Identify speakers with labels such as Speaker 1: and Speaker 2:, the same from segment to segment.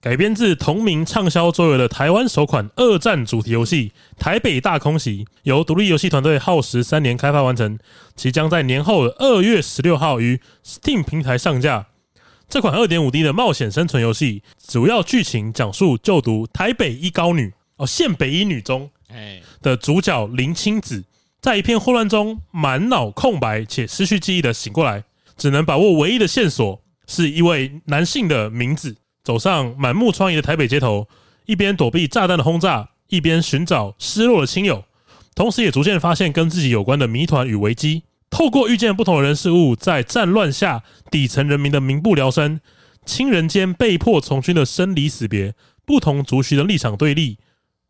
Speaker 1: 改编自同名畅销周游的台湾首款二战主题游戏《台北大空袭》，由独立游戏团队耗时三年开发完成，其将在年后二月十六号于 Steam 平台上架。这款二点五 D 的冒险生存游戏，主要剧情讲述就读台北一高女哦，县北一女中
Speaker 2: 哎，
Speaker 1: 的主角林青子，在一片混乱中满脑空白且失去记忆的醒过来，只能把握唯一的线索是一位男性的名字，走上满目疮痍的台北街头，一边躲避炸弹的轰炸，一边寻找失落的亲友，同时也逐渐发现跟自己有关的谜团与危机。透过遇见不同的人事物，在战乱下底层人民的民不聊生，亲人间被迫从军的生离死别，不同族群的立场对立，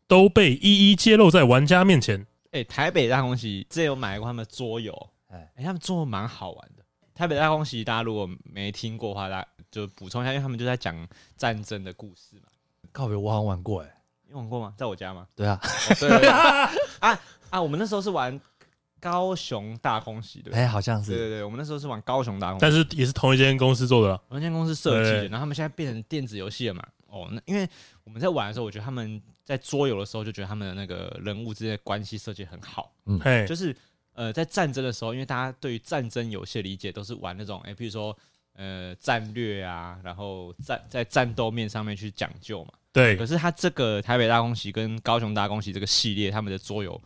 Speaker 1: 都被一一揭露在玩家面前。
Speaker 2: 哎，台北大空袭之前有买过他们的桌游，
Speaker 3: 哎
Speaker 2: 哎，他们桌游蛮好玩的。台北大空袭，大家如果没听过的话，大家就补充一下，因为他们就在讲战争的故事嘛。
Speaker 3: 告别我好像玩过哎、
Speaker 2: 你玩过吗？在我家吗？
Speaker 3: 对啊，
Speaker 2: 哦对对对 啊啊！我们那时候是玩高雄大空袭，对不
Speaker 3: 哎、
Speaker 2: 对？
Speaker 3: 好像
Speaker 2: 对
Speaker 3: 是
Speaker 2: 对对，我们那时候是玩高雄大空袭。
Speaker 1: 但是也是同一间公司做的啊，
Speaker 2: 我那间公司设计的，
Speaker 1: 对
Speaker 2: 然后他们现在变成电子游戏了嘛？哦，那因为我们在玩的时候，我觉得他们在桌游的时候就觉得他们的那个人物之间的关系设计得很好，
Speaker 1: 嘿，
Speaker 2: 就是呃，在战争的时候，因为大家对于战争游戏的理解都是玩那种，哎、比如说呃战略啊，然后战在战斗面上面去讲究嘛。
Speaker 1: 对
Speaker 2: 可，是它这个台北大空袭跟高雄大空袭这个系列，他们的桌游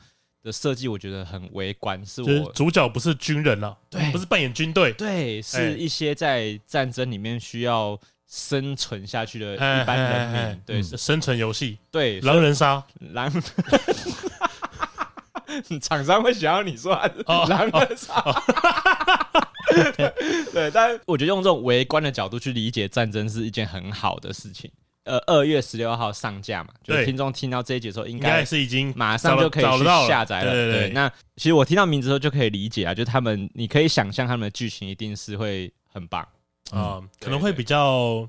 Speaker 2: 的设计，我觉得很围观，是
Speaker 1: 就是
Speaker 2: 我
Speaker 1: 主角不是军人啊，
Speaker 2: 对
Speaker 1: 不是扮演军队，
Speaker 2: 对，
Speaker 1: 哎
Speaker 2: 是一些在战争里面需要生存下去的
Speaker 1: 哎
Speaker 2: 一般人
Speaker 1: 哎哎
Speaker 2: 民
Speaker 1: 哎。
Speaker 2: 对，
Speaker 3: 嗯
Speaker 2: 是，
Speaker 1: 生存游戏，
Speaker 2: 对，
Speaker 1: 狼人杀
Speaker 2: 狼， 厂商会想要你说他是
Speaker 1: 哦
Speaker 2: 狼人杀。 对，但哦我觉得用这种围观的角度去理解战争是一件很好的事情。呃，二月十六号上架嘛，就是
Speaker 1: 对
Speaker 2: 听众听到这一集的时候，应
Speaker 1: 应
Speaker 2: 该
Speaker 1: 该是已经
Speaker 2: 马上就可以
Speaker 1: 找
Speaker 2: 去
Speaker 1: 得到了
Speaker 2: 下载了。
Speaker 1: 对对对
Speaker 2: 那其实我听到名字之后就可以理解啊，就他们，你可以想象他们的剧情一定是会很棒。
Speaker 1: 啊，可
Speaker 2: 对
Speaker 1: 能会
Speaker 2: 对
Speaker 1: 比较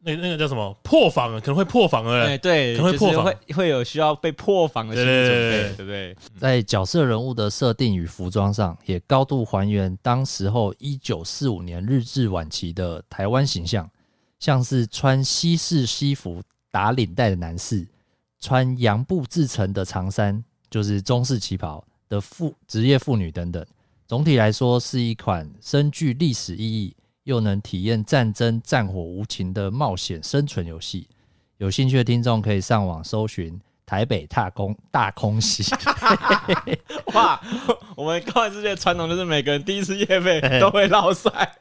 Speaker 1: 那那个叫什么破防啊，可能会破防了
Speaker 2: 哎，
Speaker 1: 嘞，
Speaker 2: 对，
Speaker 1: 可能会
Speaker 2: 就是
Speaker 1: 破防
Speaker 2: 会会有需要被破防的心理准备，对不对？
Speaker 3: 在角色人物的设定与服装上，也高度还原当时候一九四五年日治晚期的台湾形象，像是穿西式西服打领带的男士，穿洋布制成的长衫，就是中式旗袍的妇职业妇女等等。总体来说，是一款深具历史意义，又能体验战争战火无情的冒险生存游戏。有兴趣的听众可以上网搜寻“台北大空大空袭”。
Speaker 2: 哇，我们高玩世界的传统就是每个人第一次夜 费都会落赛，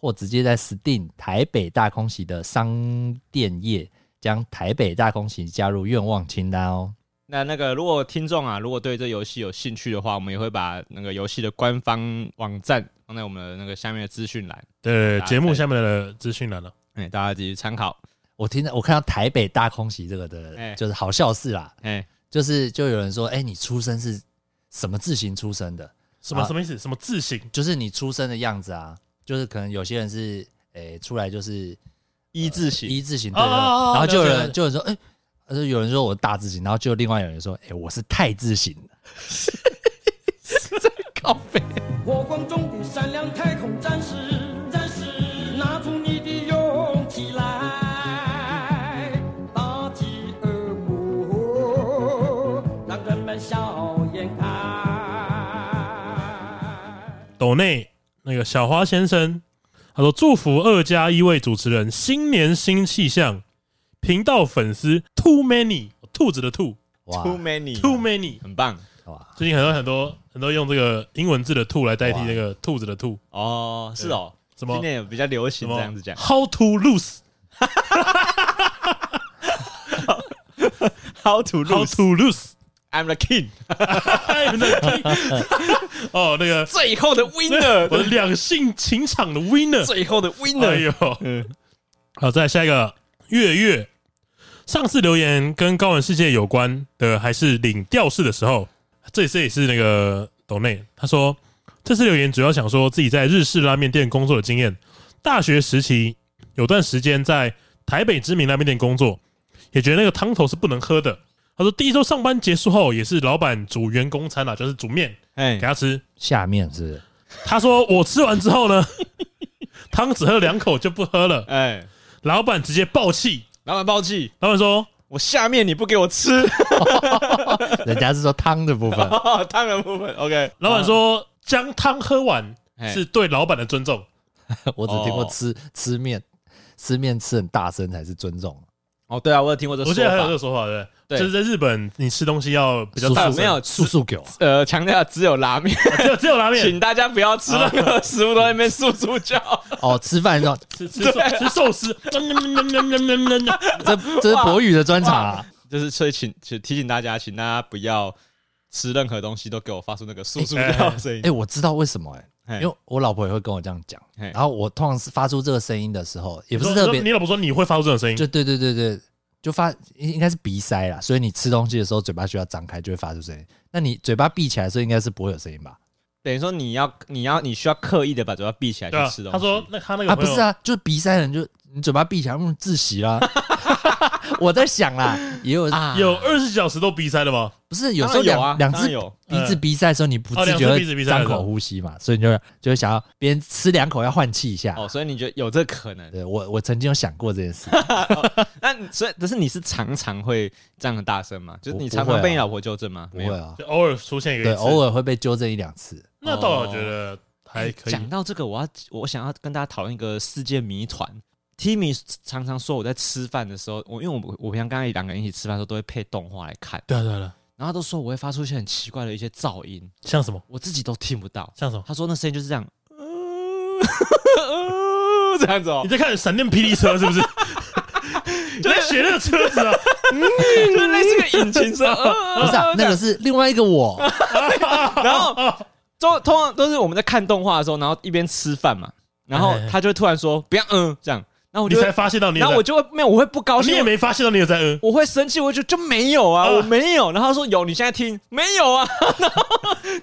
Speaker 3: 或直接在 Steam 台北大空袭的商店页将台北大空袭加入愿望清单哦。
Speaker 2: 那那个，如果听众啊，如果对这游戏有兴趣的话，我们也会把那个游戏的官方网站放在我们的那个下面的资讯栏，
Speaker 1: 对，
Speaker 2: 啊
Speaker 1: 节目
Speaker 2: 对
Speaker 1: 下面的资讯栏了，
Speaker 2: 哎、大家自己参考。
Speaker 3: 我听到我看到台北大空袭这个
Speaker 2: 哎
Speaker 3: 的，就是好笑事啦，
Speaker 2: 哎、
Speaker 3: 就是就有人说，哎、你出生是什么字形出生的？
Speaker 1: 什么
Speaker 3: 啊
Speaker 1: 什么意思？什么字形？
Speaker 3: 就是你出生的样子啊，就是可能有些人是，哎、出来就是呃
Speaker 2: 一字形，
Speaker 3: 一字形，
Speaker 1: 哦
Speaker 3: 对对对
Speaker 1: 哦哦
Speaker 3: 然后就有
Speaker 1: 了解了
Speaker 3: 人
Speaker 1: 解
Speaker 3: 就有人说，哎、呃有人说我大字形，然后就另外有人说，哎、我是太字形 的，靠背。
Speaker 4: 火光中的闪亮太空战士，战士，拿出你的勇气来，打击恶魔，让人们笑颜开。
Speaker 1: 斗内那个小花先生，他说祝福二加一位主持人新年新气象，频道粉丝 too many，兔子的兔
Speaker 3: 哇
Speaker 2: too many
Speaker 1: too many，
Speaker 2: 很棒
Speaker 3: 哇，
Speaker 1: 最近很多很多很多用这个英文字的兔来代替
Speaker 3: 哇
Speaker 1: 那个兔子的兔，
Speaker 2: 哦，是哦，
Speaker 1: 什么
Speaker 2: 今年有比较流
Speaker 1: 什
Speaker 2: 行
Speaker 1: 么
Speaker 2: 这样子讲
Speaker 1: how to lose
Speaker 2: ，How to
Speaker 1: how
Speaker 2: lose
Speaker 1: to lose，
Speaker 2: I'm the king，
Speaker 1: 哎那 哦那个
Speaker 2: 最后 的
Speaker 1: 我
Speaker 2: winner，
Speaker 1: 的两性情场的 winner，
Speaker 2: 最后的
Speaker 1: 哎
Speaker 2: winner，
Speaker 1: 呦，好，再来下一个月月。上次留言跟高玩世界有关的，还是领调式的时候，这这也是那个斗内他说，这次留言主要想说自己在日式拉面店工作的经验。大学时期有段时间在台北知名拉面店工作，也觉得那个汤头是不能喝的。他说第一周上班结束后，也是老板煮员工餐啦、啊就是煮面
Speaker 2: 哎
Speaker 1: 给，他吃，
Speaker 3: 下面是不是
Speaker 1: 他说我吃完之后呢，汤只喝两口就不喝了。
Speaker 2: 哎，
Speaker 1: 老板直接爆气，
Speaker 2: 老板暴气，
Speaker 1: 老板说
Speaker 2: 我下面你不给我吃，
Speaker 3: 人家是说汤的 部
Speaker 1: 哦
Speaker 3: 分，
Speaker 2: 汤的部分，OK，：“ 哎
Speaker 1: 老板
Speaker 2: 啊
Speaker 1: 说将汤喝完
Speaker 2: 嘿
Speaker 1: 是对老板的尊重。
Speaker 3: 我只听过
Speaker 2: 哦
Speaker 3: 吃吃面，吃面吃很大声才是尊重。
Speaker 2: 哦，对啊，我有听过这”
Speaker 1: 我
Speaker 2: 个
Speaker 1: 记
Speaker 2: 说
Speaker 1: 得还有这
Speaker 2: 法
Speaker 1: 个，说法，对不对？
Speaker 2: 对
Speaker 1: 就是在日本，你吃东西要比较大
Speaker 3: 叔
Speaker 1: 声，
Speaker 3: 叔
Speaker 2: 没有
Speaker 3: 素素狗，
Speaker 2: 呃，强调只有拉 面，
Speaker 1: 只有只有拉面，
Speaker 2: 请大家不要吃任何食物都在那边素素叫，
Speaker 3: 哦，吃饭的时候，
Speaker 1: 吃吃寿吃寿司，
Speaker 3: 这这是博宇的专场啊。
Speaker 2: 就是所以请请提醒大家，请大家不要吃任何东西都给我发出那个素素
Speaker 1: 哎
Speaker 2: 叫的声音
Speaker 3: 哎、，我知道为什么哎、
Speaker 2: 嘿
Speaker 3: 因为我老婆也会跟我这样讲，
Speaker 2: 嘿
Speaker 3: 然后我通常是发出这个声音的时候，也
Speaker 1: 你
Speaker 3: 不
Speaker 1: 说
Speaker 3: 是特别
Speaker 1: 你，老婆说你会发出这种声音，
Speaker 3: 就对对对对，就发应应该是鼻塞啦，所以你吃东西的时候嘴巴需要张开就会发出声音。那你嘴巴闭起来的时候应该是不会有声音吧？
Speaker 2: 等于说你要你要你需要刻意的把嘴巴闭起来去
Speaker 1: 对啊
Speaker 2: 吃东西。
Speaker 1: 他说那他那个
Speaker 3: 啊，
Speaker 1: 朋
Speaker 3: 不
Speaker 1: 友
Speaker 3: 是啊，就是鼻塞的人就你嘴巴闭起来，嗯，窒息 啦。我在想啦，也有
Speaker 2: 啊
Speaker 1: 有二十小时都鼻塞的吗？
Speaker 3: 不是有
Speaker 2: 当
Speaker 3: 时候
Speaker 2: 然有
Speaker 3: 两
Speaker 2: 啊，
Speaker 3: 两
Speaker 2: 当
Speaker 3: 只
Speaker 2: 然有，
Speaker 3: 鼻子鼻塞的时候，你不
Speaker 1: 嗯哦
Speaker 3: 自
Speaker 1: 两
Speaker 3: 觉
Speaker 1: 只鼻子
Speaker 3: 会
Speaker 1: 鼻塞的
Speaker 3: 张
Speaker 1: 时候
Speaker 3: 口呼吸嘛，所以你就会就会想要别人吃两口要换气一下。
Speaker 2: 哦，所以你觉得有这可能？
Speaker 3: 对我我曾经有想过这件 事，
Speaker 2: 那你所以，但是你是常常会这样的大声吗？就是
Speaker 3: 我
Speaker 2: 你
Speaker 3: 不
Speaker 2: 常
Speaker 3: 会
Speaker 2: 常
Speaker 3: 啊
Speaker 2: 被你老婆纠正吗？
Speaker 3: 不
Speaker 2: 没
Speaker 3: 会
Speaker 2: 有。
Speaker 3: 啊，
Speaker 1: 就偶尔出现一个
Speaker 3: 对，
Speaker 1: 一次，
Speaker 3: 偶尔会被纠正一两 次。
Speaker 1: 那倒我
Speaker 2: 哦
Speaker 1: 觉得还可以。
Speaker 2: 讲到这个，我要我想要跟大家讨论一个世界谜团。Timmy 常常说我在吃饭的时候，我因为我我平常刚才两个人一起吃饭的时候都会配动画来看，
Speaker 1: 对啊对啊对啊，
Speaker 2: 然后他都说我会发出一些很奇怪的一些噪音，
Speaker 1: 像什么
Speaker 2: 我自己都听不到。
Speaker 1: 像什么？
Speaker 2: 他说那声音就是这样，呃 这样子哦
Speaker 1: 你，在看闪电霹雳车 是不是？你在学那个车子啊？
Speaker 2: 就是类似个引擎 声，呃
Speaker 1: 哦
Speaker 3: 不是啊，
Speaker 2: 这
Speaker 3: 那
Speaker 2: 样
Speaker 3: 个是另外一个我，
Speaker 2: 然后都通常都是我们在看动画的时候，然后一边吃饭嘛，然后他就会突然说不要嗯这样，然后我
Speaker 1: 你
Speaker 2: 就
Speaker 1: 才
Speaker 2: 会，
Speaker 1: 发现到你有
Speaker 2: 然
Speaker 1: 在，
Speaker 2: 后我就会没有，我会不高
Speaker 1: 你
Speaker 2: 兴，
Speaker 1: 也没发现到你有在嗯。
Speaker 2: 我会生气，我就就没有啊，
Speaker 1: 啊
Speaker 2: 我没有。然后他说有，你现在听没有啊？ 然后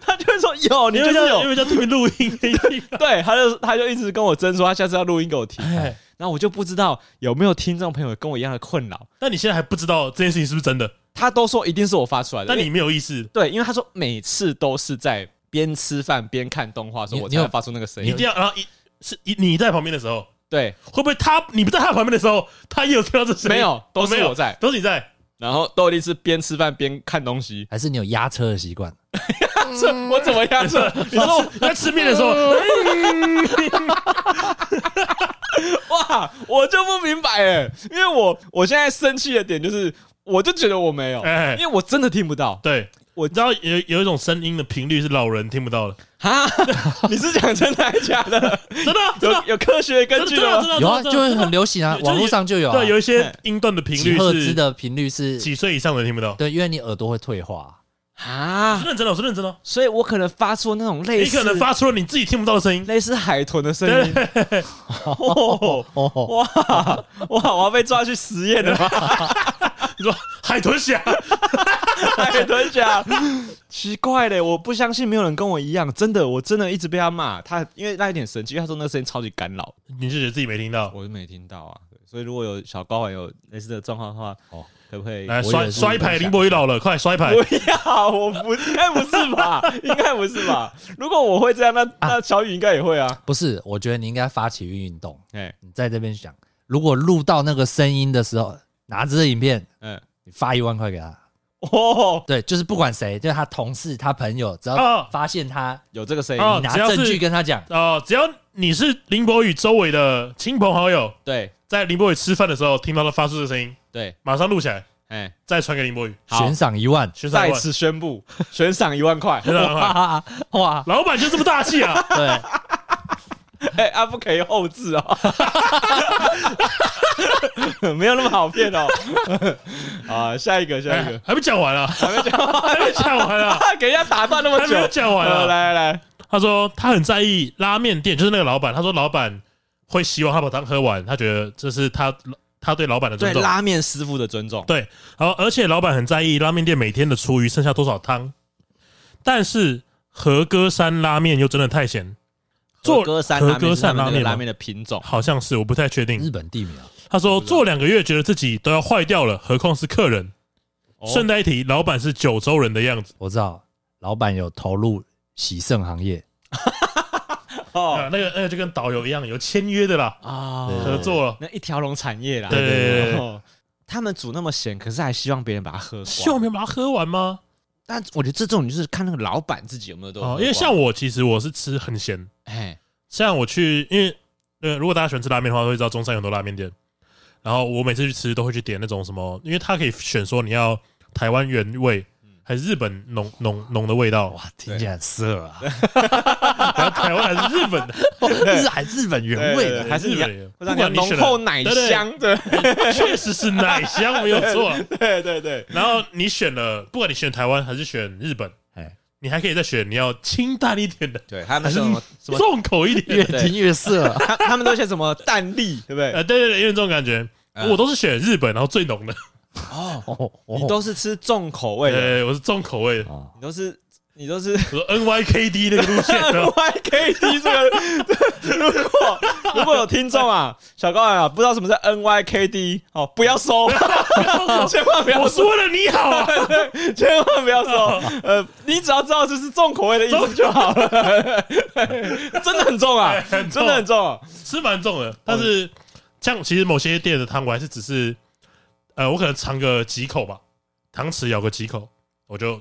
Speaker 2: 他就会说有，你
Speaker 1: 因
Speaker 2: 就
Speaker 1: 为
Speaker 2: 是
Speaker 1: 叫因
Speaker 2: 有。
Speaker 1: 为叫这边录音，
Speaker 2: 对，他就他就一直跟我争说他下次要录音给我听，
Speaker 1: 哎，
Speaker 2: 然后我就不知道有没有听众朋友跟我一样的困扰，
Speaker 1: 但你现在还不知道这件事情是不是真的，
Speaker 2: 他都说一定是我发出来的。
Speaker 1: 但
Speaker 2: 因
Speaker 1: 你
Speaker 2: 为
Speaker 1: 没有意识，
Speaker 2: 对，因为他说每次都是在边吃饭边看动画的时候，
Speaker 3: 你
Speaker 2: 我
Speaker 3: 你
Speaker 2: 才
Speaker 3: 有
Speaker 2: 会发出那个声
Speaker 1: 一
Speaker 2: 音
Speaker 1: 定。要，然后一是一你在旁边的时候，
Speaker 2: 对，
Speaker 1: 会不会他你不在他旁边的时候，他也有听到这声音？
Speaker 2: 没有，都
Speaker 1: 没
Speaker 2: 是
Speaker 1: 有
Speaker 2: 我在，
Speaker 1: 都是你在，
Speaker 2: 然后都一定是边吃饭边看东西。
Speaker 3: 还是你有压车的 习惯？
Speaker 2: 这我怎么 样？这
Speaker 1: 你说我在吃面的时 候，
Speaker 2: 哇， 我就不明白哎，因为我我现在生气的点就是，我就觉得我没有，
Speaker 1: 哎
Speaker 2: 因为我真的听不到
Speaker 1: 对
Speaker 2: 我
Speaker 1: 你知道有有一种声音的频率是老人听不到的，
Speaker 2: 啊。 你是讲真的还是假的？
Speaker 1: 真的 啊真的
Speaker 2: 有
Speaker 1: 啊
Speaker 2: 有科学根
Speaker 1: 真的
Speaker 2: 据
Speaker 1: 真的啊真
Speaker 2: 吗？
Speaker 1: 的
Speaker 3: 有啊，
Speaker 1: 真的
Speaker 3: 就会很流行啊
Speaker 1: 有，就是
Speaker 3: 网络上就有啊
Speaker 1: 对，，有一些音段的频
Speaker 3: 几
Speaker 1: 率
Speaker 3: 赫兹
Speaker 1: 是
Speaker 3: 的频率是，
Speaker 1: 几岁以上的人听不到，
Speaker 3: 对，因为你耳朵会退化，
Speaker 1: 是
Speaker 2: 啊，
Speaker 1: 认真的，我是认真的哦，
Speaker 2: 所以我可能发出那种类
Speaker 1: 你
Speaker 2: 似
Speaker 1: 可能发出了你自己听不到的声 音，
Speaker 2: 类似海豚的声音。 哦
Speaker 3: 哦，
Speaker 2: 哇哇！我要被抓去实验 了吗？
Speaker 1: 你说海豚侠，
Speaker 2: 海豚侠，奇怪嘞，我不相信没有人跟我一样，真的，我真的一直被他骂。他因为那一点神奇，因为他说那个声音超级干扰。
Speaker 1: 你就觉得自己没听到，
Speaker 2: 我是没听到啊，对所以如果有小高玩有类似的状况的话，
Speaker 3: 哦
Speaker 2: 可不可以？
Speaker 1: 来
Speaker 3: 我
Speaker 1: 摔
Speaker 3: 也是
Speaker 1: 摔牌，林博宇老了，快摔牌，
Speaker 2: 不要，我不应该不是吧？应该不是吧？如果我会这样，那那小雨应该也会啊。
Speaker 3: 不是，我觉得你应该发起运动，
Speaker 2: 哎
Speaker 3: 你在这边想，如果录到那个声音的时候，拿着这影片，
Speaker 2: 嗯，
Speaker 3: 你发一万块给他，
Speaker 2: 哦，
Speaker 3: 对，就是不管谁，就是他同事、他朋友，只
Speaker 1: 哦
Speaker 3: 要发现他，
Speaker 2: 有这个声音，
Speaker 1: 哦
Speaker 3: 你拿
Speaker 1: 只要是
Speaker 3: 证据跟他讲，
Speaker 1: 哦，只要你是林博宇周围的亲朋好友，
Speaker 2: 对
Speaker 1: 在林博宇吃饭的时候听到他发出的声音，
Speaker 2: 对，
Speaker 1: 马上录起来，
Speaker 2: 哎，
Speaker 1: 再传给林博宇，
Speaker 2: 好
Speaker 3: 悬赏一万，
Speaker 1: 学。
Speaker 2: 再次宣布悬赏一万块
Speaker 1: 老
Speaker 3: 哇哇，
Speaker 1: 板就这么大气啊！
Speaker 3: 对，
Speaker 2: 哎，啊，不可以后置哦， 没有那么好骗哦。 啊，下一个，下一
Speaker 1: 哎
Speaker 2: 个，
Speaker 1: 还没讲完啊，还没讲， 还没讲完啊！
Speaker 2: 啊， 给人家打断那么
Speaker 1: 还
Speaker 2: 久
Speaker 1: 没有，讲完
Speaker 2: 呃
Speaker 1: 啊！
Speaker 2: 来来来，
Speaker 1: 他说他很在意拉面店，就是那个老板。他说老板会希望他把汤喝完，他觉得这是他他对老板的尊
Speaker 2: 对
Speaker 1: 重。
Speaker 2: 拉面师傅的尊重。
Speaker 1: 对，然后而且老板很在意拉面店每天的厨余剩下多少汤，但是和歌山拉面又真的太咸，做
Speaker 2: 和歌山
Speaker 1: 和
Speaker 2: 拉面
Speaker 1: 歌
Speaker 2: 是他
Speaker 1: 山拉
Speaker 2: 们那个
Speaker 1: 面
Speaker 2: 拉
Speaker 1: 吗
Speaker 2: 面的嗯品种，
Speaker 1: 好像是我不太确定
Speaker 3: 日。本地名啊，
Speaker 1: 他说做两个月觉得自己都要坏掉了，何况是客人。顺
Speaker 2: 带
Speaker 1: 带一提，老板是九州人的样子。
Speaker 3: 我知道，老板有投入洗肾行业，
Speaker 1: 啊
Speaker 2: 哦
Speaker 1: 那个那个就跟导游一样，有签约的啦，
Speaker 2: 啊
Speaker 3: 对
Speaker 1: 合作了。
Speaker 2: 那一条龙产业啦。
Speaker 1: 对对对对
Speaker 2: 然后他们煮那么咸，可是还希望别人把它喝
Speaker 1: 希望
Speaker 2: 光。
Speaker 1: 别人把它喝完吗？
Speaker 2: 但我觉得这种就是看那个老板自己有没有都有喝
Speaker 1: 哦，
Speaker 2: 光。
Speaker 1: 因为像我其实我是吃很咸，
Speaker 2: 哎，
Speaker 1: 像我去，因为呃，如果大家喜欢吃拉面的话，会知道中山有很多拉面店。然后我每次去吃都会去点那种什么，因为它可以选说你要台湾原味
Speaker 2: 嗯
Speaker 1: 还是日本浓浓浓的味道，
Speaker 3: 哇，听起来很色啊，
Speaker 1: 然后台湾还是日本的，
Speaker 3: 日还日本原味
Speaker 2: 对
Speaker 3: 的
Speaker 2: 对，还是你要
Speaker 1: 日本的
Speaker 2: 或
Speaker 1: 不
Speaker 2: 者你要
Speaker 1: 管你
Speaker 2: 浓
Speaker 1: 选
Speaker 2: 厚
Speaker 1: 的
Speaker 2: 奶
Speaker 1: 对对
Speaker 2: 香的，
Speaker 1: 确实是奶香没有错。
Speaker 2: 对对对，
Speaker 1: 然后你选了，不管你选台湾还是选日本
Speaker 3: 哎，
Speaker 1: 你还可以再选你要清淡一点的，
Speaker 2: 对他
Speaker 1: 还
Speaker 2: 们
Speaker 1: 是
Speaker 2: 什么 什么，
Speaker 1: 重口一点
Speaker 3: 越
Speaker 1: 的。
Speaker 3: 听越色。啊
Speaker 2: 他他们都写什么蛋力，对不对？
Speaker 1: 呃，对对对，有点这种感觉。
Speaker 2: 嗯
Speaker 1: 我都是选日本，然后最浓的，
Speaker 2: 哦，
Speaker 3: 哦哦
Speaker 2: 你都是吃重口味的，
Speaker 1: 呃，我是重口味的，
Speaker 3: 哦
Speaker 2: 你都是你都是
Speaker 1: 我说 N Y K D 那个路线 啊的
Speaker 2: Y K D 这个，如果如果有听众啊，小高啊，不知道什么是 N Y K D 哦，不要收，千万不要
Speaker 1: 我哦
Speaker 2: 收，
Speaker 1: 说了你好 啊，
Speaker 2: 千万不要收。呃，你只要知道这是重口味的意思就 好了，真的很重啊，
Speaker 1: 哎很重
Speaker 2: 真的很重啊。
Speaker 1: 是蛮重的，但是像其实某些店的汤，我还是只是，呃，我可能尝个几口吧，糖匙咬个几口，我就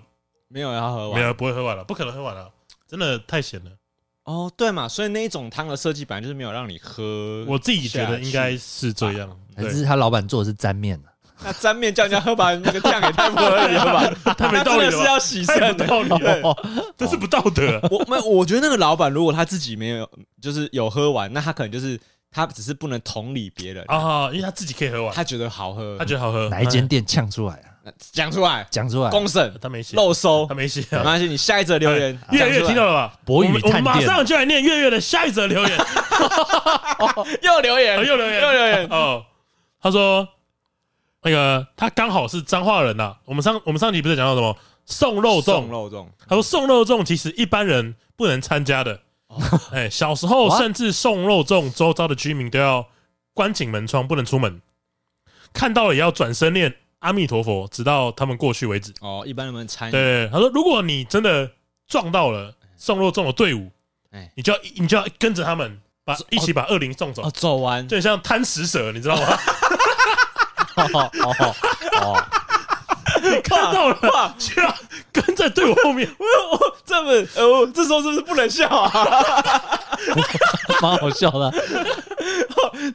Speaker 2: 没有要喝
Speaker 1: 没
Speaker 2: 完
Speaker 1: 有不会喝完了，不可能喝完了，真的太咸了。
Speaker 2: 哦，对嘛，所以那一种汤的设计本来就是没有让你喝。
Speaker 1: 我自己觉得应该是这样，
Speaker 3: 还
Speaker 1: 对，
Speaker 3: 是他老板做的是沾面啊
Speaker 2: 那沾面叫人家喝吧，那个酱也太不合理了 吧？
Speaker 1: 太没
Speaker 2: 那
Speaker 1: 道
Speaker 2: 真
Speaker 1: 理
Speaker 2: 的是
Speaker 1: 了吧，
Speaker 2: 要洗
Speaker 1: 太
Speaker 2: 肾
Speaker 1: 不
Speaker 2: 的。哦
Speaker 1: 道理了，
Speaker 2: 对
Speaker 1: 这是不道德。啊
Speaker 2: 我没有，我觉得那个老板如果他自己没有，就是有喝完，那他可能就是他只是不能同理别人，
Speaker 1: 啊，因为他自己可以喝完，
Speaker 2: 他觉得好喝，
Speaker 1: 他觉得好喝。
Speaker 3: 哪一间店呛出来啊？
Speaker 2: 讲出来，
Speaker 3: 讲出来，啊
Speaker 2: 公审
Speaker 1: 哎？他没写，
Speaker 2: 漏收
Speaker 1: 他，没写
Speaker 2: 没
Speaker 1: 啊。
Speaker 2: 关系，你下一则留言
Speaker 1: 哎月月听到了吧？
Speaker 3: 博宇
Speaker 1: 我们我们
Speaker 3: 探
Speaker 1: 马
Speaker 3: 店
Speaker 1: 上就来念月月的下一则留 言，
Speaker 2: 又留言
Speaker 1: 哦又留言
Speaker 2: 又留言，
Speaker 1: 哦，他说那个他刚好是彰化人呐、我们上我们上集不是讲到什么送肉
Speaker 2: 送
Speaker 1: 粽？
Speaker 2: 肉粽，
Speaker 1: 他说送肉粽其实一般人不能参加的。哎，小时候
Speaker 3: 哦 What？
Speaker 1: 甚至送肉粽，周遭的居民都要关紧门窗，不能出门，看到了也要转身念阿弥陀佛，直到他们过去为止。
Speaker 2: 哦，一般人们参与，
Speaker 1: 对，他说如果你真的撞到了送肉粽的队伍
Speaker 2: 哎，
Speaker 1: 你就要你就要跟着他们，把一起把恶灵送走
Speaker 2: 哦，，走完
Speaker 1: 就很像贪食蛇，你知道 吗？
Speaker 3: 哦哦哦，
Speaker 1: 你看到了
Speaker 2: 哇，
Speaker 1: 就要跟在队伍后 面，
Speaker 2: 我 这么呃，这时候是不是不能 笑啊？
Speaker 3: 蛮好笑的。啊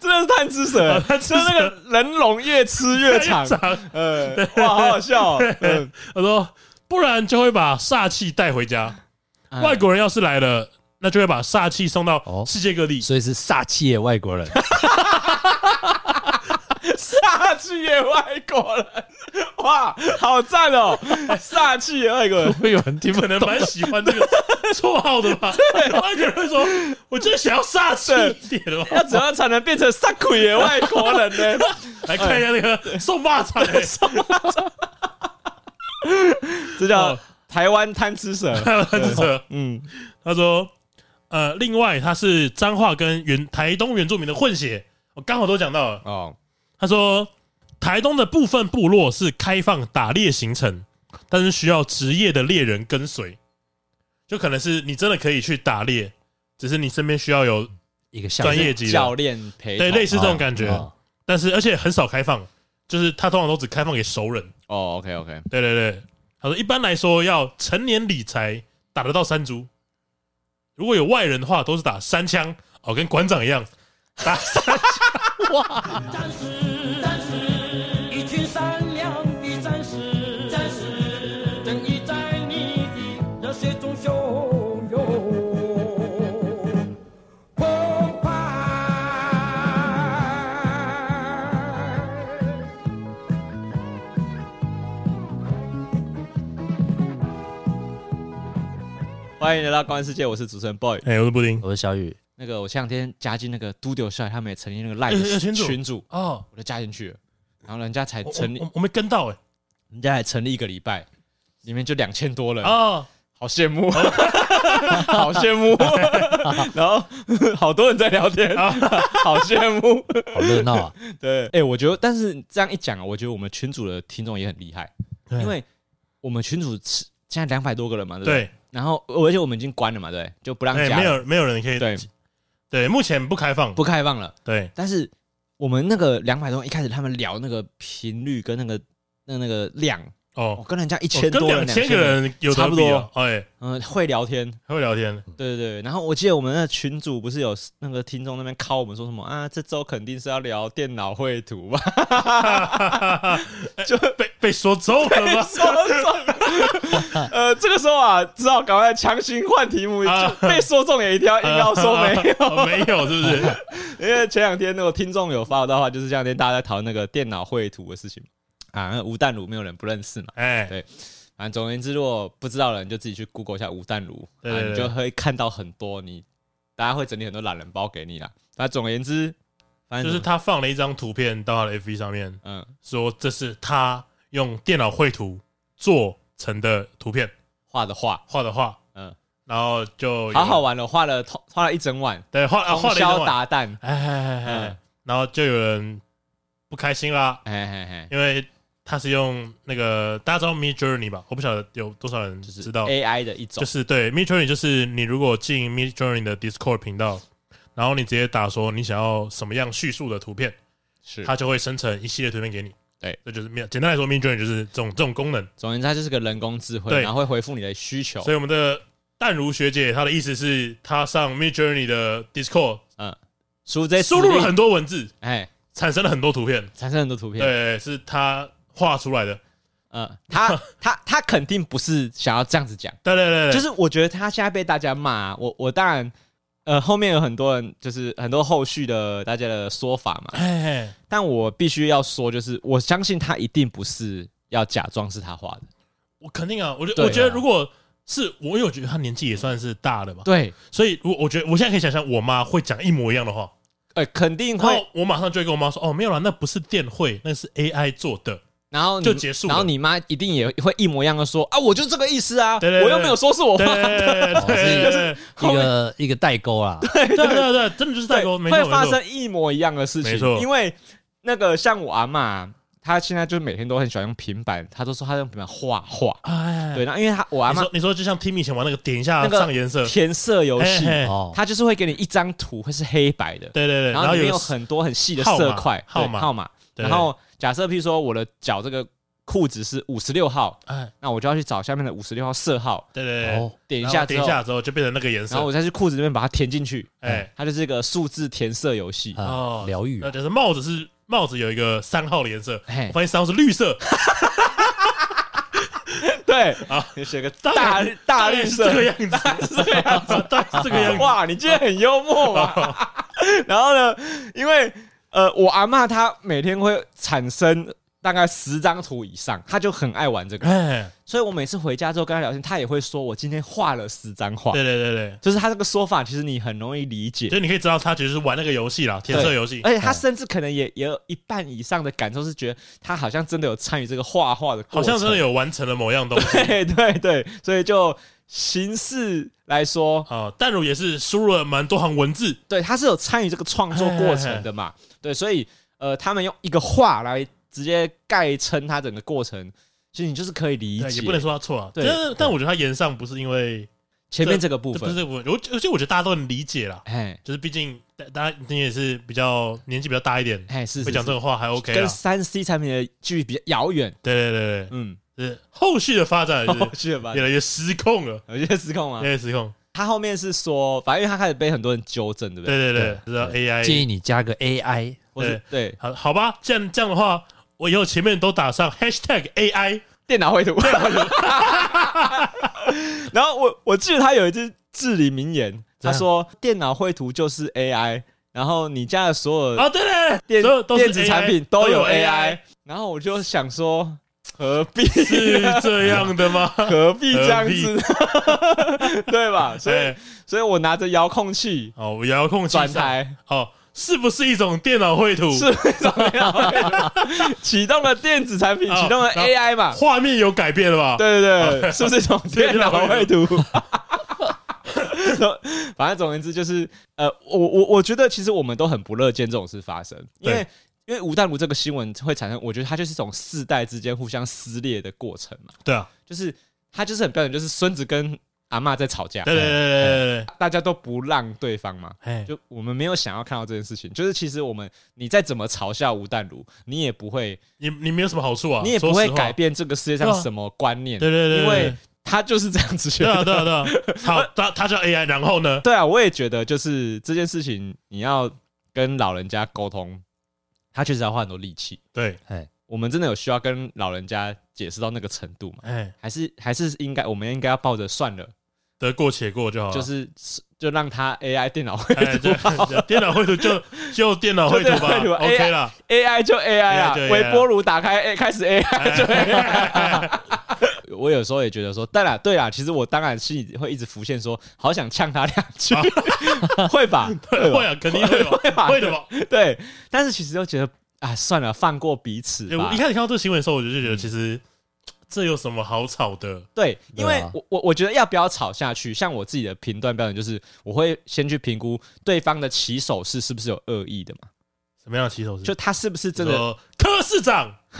Speaker 2: 真的是贪吃蛇
Speaker 1: 哦，贪
Speaker 2: 就是
Speaker 1: 吃蛇
Speaker 2: 那个人龙越吃越长， 呃，哇，好好笑哦，嗯
Speaker 1: 他说，不然就会把煞气带回家。
Speaker 2: 哎嗯
Speaker 1: 外国人要是来了，那就会把煞气送到
Speaker 3: 哦
Speaker 1: 世界各地。
Speaker 3: 所以是煞气的外国人，
Speaker 2: 煞气也外国人，哇，好赞哦！煞气也外国 人，
Speaker 3: 会有人听不
Speaker 1: 可能蛮喜欢这个绰号的 吧？外国人会说，我就想要煞气一点的哦吧。
Speaker 2: 要怎样才能变成煞鬼也外国 人呢？
Speaker 1: 来看一下那个送蚂蚱的，
Speaker 2: 这叫
Speaker 1: 哦
Speaker 2: 台湾贪吃蛇。
Speaker 1: 贪吃蛇。
Speaker 2: 嗯，
Speaker 1: 他说，呃，另外他是彰化跟原台东原住民的混血，我刚好都讲到了。
Speaker 2: 哦，
Speaker 1: 他说，台东的部分部落是开放打猎行程，但是需要职业的猎人跟随，就可能是你真的可以去打猎，只是你身边需要有
Speaker 3: 一个像
Speaker 1: 专业级的
Speaker 2: 教练陪
Speaker 1: 对类似这种感觉，
Speaker 3: 哦
Speaker 1: 但是而且很少开放，就是他通常都只开放给熟人。
Speaker 2: 哦，OK OK，
Speaker 1: 对对对，他说一般来说要成年理财打得到山猪，如果有外人的话都是打三枪哦，跟馆长一样打三
Speaker 4: 战士，战士，一群善良的战士，战士，正义在你的热血中汹涌澎湃。
Speaker 2: 欢迎来到观世界，我是主持人 boy。
Speaker 1: 哎、我是布丁
Speaker 3: 我是小雨，
Speaker 2: 那个我前两天加进那个嘟丢帅，他们也成立那个赖
Speaker 1: 哎哎群组
Speaker 2: 群主，哦
Speaker 1: 哦，
Speaker 2: 我就加进去了，然后人家才
Speaker 1: 我
Speaker 2: 成立
Speaker 1: 我，我我没跟到哎、
Speaker 2: 人家才成立一个礼拜，里面就两千多人
Speaker 1: 欸、哦，
Speaker 2: 好羡慕， 好羡慕， 然后 好多人在聊天，
Speaker 1: 啊
Speaker 2: 好羡 慕。
Speaker 3: 好热闹啊！
Speaker 2: 对，哎、我觉得，但是这样一讲啊，我觉得我们群主的听众也很厉害，
Speaker 1: 对
Speaker 2: 因为我们群主吃现在两百多个人嘛，对不对？
Speaker 1: 对，
Speaker 2: 然后而且我们已经关了嘛，对，就不让
Speaker 1: 哎，
Speaker 2: 加
Speaker 1: 没
Speaker 2: 了，
Speaker 1: 有没有人可以
Speaker 2: 对，
Speaker 1: 对，目前不开放，
Speaker 2: 不开放了。
Speaker 1: 对，
Speaker 2: 但是我们那个两百多，一开始他们聊那个频率跟那个那那个量，我、
Speaker 1: 哦，
Speaker 2: 跟人家一
Speaker 1: 哦
Speaker 2: 千
Speaker 1: 跟
Speaker 2: 多人、
Speaker 1: 两千个，人有
Speaker 2: 差
Speaker 1: 得
Speaker 2: 不
Speaker 1: 比哦，
Speaker 2: 多
Speaker 1: 哎，
Speaker 2: 嗯、会聊天，
Speaker 1: 会聊天，
Speaker 2: 对对对。然后我记得我们那个群主不是有那个听众那边 call 我们说什么啊，这周肯定是要聊电脑绘图 吧？
Speaker 1: 就被被说中了吗？
Speaker 2: 呃，这个时候啊，只好赶快强行换题目，
Speaker 1: 啊
Speaker 2: 就 被说中也一定要硬要说 没有。
Speaker 1: 有，哦没有，是不是？
Speaker 2: 因为前两天那个听众有发我到话，就是这两天大家在讨论那个电脑绘图的事情啊，那吴淡如没有人不认识嘛。
Speaker 1: 哎，
Speaker 2: 反正总而言之，如果不知道的人就自己去 Google 一下吴淡如，
Speaker 1: 对对
Speaker 2: 啊，你
Speaker 1: 对
Speaker 2: 就会看到很多你，大家会整理很多懒人包给你啦。那总而言之，反正
Speaker 1: 就是他放了一张图片到他的 FB 上面，
Speaker 2: 嗯，
Speaker 1: 说这是他用电脑绘图做成的图片
Speaker 2: 画的画，
Speaker 1: 画的画，
Speaker 2: 嗯，
Speaker 1: 然后哦就有
Speaker 2: 好好，玩了，画了画了一整晚，
Speaker 1: 对，画啊画
Speaker 2: 通
Speaker 1: 了一张
Speaker 2: 宵
Speaker 1: 晚，
Speaker 2: 达旦，
Speaker 1: 哎哎哎哎
Speaker 2: 嗯，
Speaker 1: 然后就有人不开心啦，
Speaker 2: 嘿嘿嘿，
Speaker 1: 因为他是用那个大家知道 Mid Journey 吧？我不晓得有多少人
Speaker 2: 就是
Speaker 1: 知道，
Speaker 2: AI 的一种
Speaker 1: 就，是对 Mid Journey，就是你如果进 Mid Journey 的 Discord 频道，然后你直接打说你想要什么样叙述的图片，
Speaker 2: 是
Speaker 1: 它就会生成一系列图片给你。
Speaker 2: 对，
Speaker 1: 这就是简单来说，Mid Journey 就是这种这种功能。
Speaker 2: 总而言之，它就是个人工智慧，
Speaker 1: 对
Speaker 2: 然后会回复你的需求
Speaker 1: 所，以我们的淡如学姐她的意思是，她上 Mid Journey 的 Discord
Speaker 2: 嗯，输入这些
Speaker 1: 输入
Speaker 2: 指
Speaker 1: 了
Speaker 2: 令
Speaker 1: 很多文字，
Speaker 2: 哎，
Speaker 1: 产生了很多图片。
Speaker 2: 产生很多图片，
Speaker 1: 对，是她画出来的。
Speaker 2: 嗯， 他他他肯定不是想要这样子讲。
Speaker 1: 对对对，对
Speaker 2: 就是我觉得他现在被大家骂啊、我我当然，呃，后面有很多人，就是很多后续的大家的说法嘛。
Speaker 1: 哎，
Speaker 2: 但我必须要说，就是我相信他一定不是要假装是他画的。
Speaker 1: 我肯定啊，我觉
Speaker 2: 对啊
Speaker 1: 我觉得如果是我，因为我觉得她年纪也算是大了吧，
Speaker 2: 对，
Speaker 1: 所以我我觉得我现在可以想象我妈会讲一模一样的话，
Speaker 2: 呃，肯定
Speaker 1: 然
Speaker 2: 会。
Speaker 1: 后我马上就会跟我妈说，哦，没有啦，那不是电绘，那是 AI 做 的。
Speaker 2: 然后你
Speaker 1: 就结束了
Speaker 2: 然后你妈一定也会一模一样的说啊，我就这个意思啊，
Speaker 1: 对对对
Speaker 2: 我又没有说是我
Speaker 1: 对
Speaker 2: 画。
Speaker 1: 对对对对对
Speaker 3: 一个一个代沟啊啦，
Speaker 2: 哎
Speaker 1: 对对对，真的就是代沟，没错
Speaker 2: 会发
Speaker 1: 没错。
Speaker 2: 生一模一样的事情。
Speaker 1: 没错
Speaker 2: 因为那个像我阿妈，她现在就每天都很喜欢用平板，她都说她用平板画画。
Speaker 1: 哎，
Speaker 2: 对，然后因为她我阿
Speaker 1: 你
Speaker 2: 妈
Speaker 1: 说呃你说就像 Timmy 以前玩那个点一下
Speaker 2: 那个
Speaker 1: 上颜色，
Speaker 2: 填色游戏，
Speaker 1: 嘿嘿
Speaker 3: 哦，
Speaker 2: 它就是会给你一张图，会是黑白的，
Speaker 1: 哎对对对，
Speaker 2: 然后里
Speaker 1: 有
Speaker 2: 面有很多很细的
Speaker 1: 号码
Speaker 2: 色块、
Speaker 1: 号
Speaker 2: 对
Speaker 1: 码
Speaker 2: 号码。
Speaker 1: 对
Speaker 2: 然后假设譬如说我的脚这个裤子是五十六号，
Speaker 1: 哎，
Speaker 2: 那我就要去找下面的五十六号色号，
Speaker 1: 对对对，
Speaker 3: 哦，
Speaker 2: 点一
Speaker 1: 然后
Speaker 2: 下之
Speaker 1: 点
Speaker 2: 后
Speaker 1: 一，下之后就变成那个颜
Speaker 2: 然后
Speaker 1: 色
Speaker 2: 我，再去裤子里面把它填进去。
Speaker 1: 哎，
Speaker 2: 它就是一个数字填色游戏。
Speaker 1: 哦
Speaker 3: 啊，疗愈
Speaker 1: 那就是帽子是帽子有一个三号的颜色，
Speaker 2: 嗯嘿
Speaker 1: 我发现三号是绿色，
Speaker 2: 对
Speaker 1: 啊，
Speaker 2: 你写个
Speaker 1: 当
Speaker 2: 大
Speaker 1: 然
Speaker 2: 大绿
Speaker 1: 是
Speaker 2: 色
Speaker 1: 这个样 子，
Speaker 2: 这个样子。
Speaker 1: 当然是这个样子，
Speaker 2: 哇，你今天很幽默嘛。 然后呢，因为呃，我阿嬷她每天会产生大概十张图以上，她就很爱玩 这个，
Speaker 1: 哎，
Speaker 2: 所以我每次回家之后跟她聊天，她也会说我今天画了十张画。
Speaker 1: 对对对对，
Speaker 2: 就是她这个说法，其实你很容易理解
Speaker 1: 就，是你可以知道他其实是玩那个游戏啦，填色游戏，
Speaker 2: 而且她甚至可能也也有一半以上的感受是觉得她好像真的有参与这个画画的过
Speaker 1: 好
Speaker 2: 程，
Speaker 1: 像真的有完成了某样东西。
Speaker 2: 对对对，所以就形式来说，
Speaker 1: 哦，淡如也是输入了蛮多行文字，
Speaker 2: 对，他是有参与这个创作过程的
Speaker 1: 哎
Speaker 2: 嘛？对，所以呃，他们用一个话来直接概称他整个过程，其实你就是可以理
Speaker 1: 对
Speaker 2: 解。
Speaker 1: 也不能说他错啊。
Speaker 2: 对
Speaker 1: 但但我觉得他言上不是因为
Speaker 2: 前面这个部
Speaker 1: 这不是
Speaker 2: 分，
Speaker 1: 这部分，我而且我觉得大家都能理解啦，
Speaker 2: 哎
Speaker 1: 就是毕竟大大家你也是比较年纪比较大一点，
Speaker 2: 哎是
Speaker 1: 会讲这
Speaker 2: 种
Speaker 1: 种话还 OK 啊
Speaker 2: 跟
Speaker 1: 啦。
Speaker 2: 三 C 产品的距离比较遥远，
Speaker 1: 对对对对
Speaker 2: 嗯，
Speaker 1: 就是后续的发展就
Speaker 2: 后
Speaker 1: 是
Speaker 2: 续吧
Speaker 1: 越，来越失控了，
Speaker 2: 有些失控
Speaker 1: 越
Speaker 2: 啊
Speaker 1: 来。越失控。
Speaker 2: 他后面是说，反正因为他开始被很多人纠正，对不对？
Speaker 1: 对对对，知道
Speaker 3: 建
Speaker 1: AI
Speaker 3: 议你加个 AI，
Speaker 2: 或是对
Speaker 1: 好好吧，这样这样的话，我以后前面都打上 hashtag AI，
Speaker 2: 电脑绘图， 然后我我记得他有一句至理名言，他
Speaker 1: 样
Speaker 2: 说电脑绘图就是 AI，然后你家的所有
Speaker 1: 哦对对对，
Speaker 2: 电
Speaker 1: 所有都是
Speaker 2: 电子产
Speaker 1: AI
Speaker 2: 品都有
Speaker 1: 有
Speaker 2: AI，然后我就想 说，何必
Speaker 1: 是啊这样的吗？
Speaker 2: 何必这样子， 对吧？所以
Speaker 1: 对，
Speaker 2: 所以我拿着遥控器
Speaker 1: 哎哦，我遥控器
Speaker 2: 转
Speaker 1: 上
Speaker 2: 台，
Speaker 1: 哦，是不是一种电脑绘图？
Speaker 2: 是怎么样？ 启动了电子产品，
Speaker 1: 哦
Speaker 2: 启动了
Speaker 1: 然后
Speaker 2: AI 嘛？
Speaker 1: 画面有改变了吧？
Speaker 2: 啊 对对对，是不是这种电脑 绘图？ 反正总而言之就是，呃，我我我觉得其实我们都很不乐见这种事发生，因为
Speaker 1: 对
Speaker 2: 因为吴淡如这个新闻会产生，我觉得它就是一种世代之间互相撕裂的过程嘛，
Speaker 1: 对啊，
Speaker 2: 就是他就是很标准，就是孙子跟阿嬷在吵架，
Speaker 1: 对对对对对对，
Speaker 2: 大家都不让对方嘛。
Speaker 1: 哎，
Speaker 2: 就我们没有想要看到这件事情，就是其实我们你再怎么嘲笑吴淡如，你也不会，
Speaker 1: 你你没有什么好处啊，
Speaker 2: 你也不
Speaker 1: 说
Speaker 2: 会
Speaker 1: 实话啊
Speaker 2: 改，变这个世界上什么观念，
Speaker 1: 对对对，对
Speaker 2: 因为他就是这样子觉
Speaker 1: 对对
Speaker 2: 得
Speaker 1: 啊。对啊对啊， 好，他他叫 AI，然后呢？
Speaker 2: 对啊，我也觉得就是这件事情，你要跟老人家沟通，他确实要花很多力气。
Speaker 1: 对，
Speaker 3: 哎，
Speaker 2: 我们真的有需要跟老人家解释到那个程度吗？
Speaker 1: 哎，
Speaker 2: 还是还是应该我们应该要抱着算了，
Speaker 1: 得过且过就好了，
Speaker 2: 就是就让他 AI 电脑绘
Speaker 1: 哦哎，
Speaker 2: 图
Speaker 1: 对
Speaker 2: 吧
Speaker 1: 电脑绘图 就就电脑绘图
Speaker 2: 就电脑绘
Speaker 1: 吧
Speaker 2: 图
Speaker 1: ，OK 啦。
Speaker 2: ，AI 就 AI 啊，
Speaker 1: 就 AI
Speaker 2: 微波炉打开，哎，开始 AI 就 AI。我有时候也觉得说，当然对啦，其实我当然心里会一直浮现说，好想呛他两句， 会吧？
Speaker 1: 哦 对
Speaker 2: 吧
Speaker 1: 会啊，肯定会
Speaker 2: 会吧
Speaker 1: 吧，会的吧。
Speaker 2: 对，但是其实又觉得啊，算了，放过彼此
Speaker 1: 哎
Speaker 2: 吧
Speaker 1: 我一。开始看到这个新闻的时候，我就觉得其实这有什么好吵的？
Speaker 2: 对，因
Speaker 3: 对
Speaker 2: 为
Speaker 3: 啊
Speaker 2: 我我我觉得要不要吵下去，像我自己的评断标准就是，我会先去评估对方的起手式是不是有恶意的嘛，
Speaker 1: 什么样的起手式？
Speaker 2: 就他是不是真的，
Speaker 1: 说柯市长，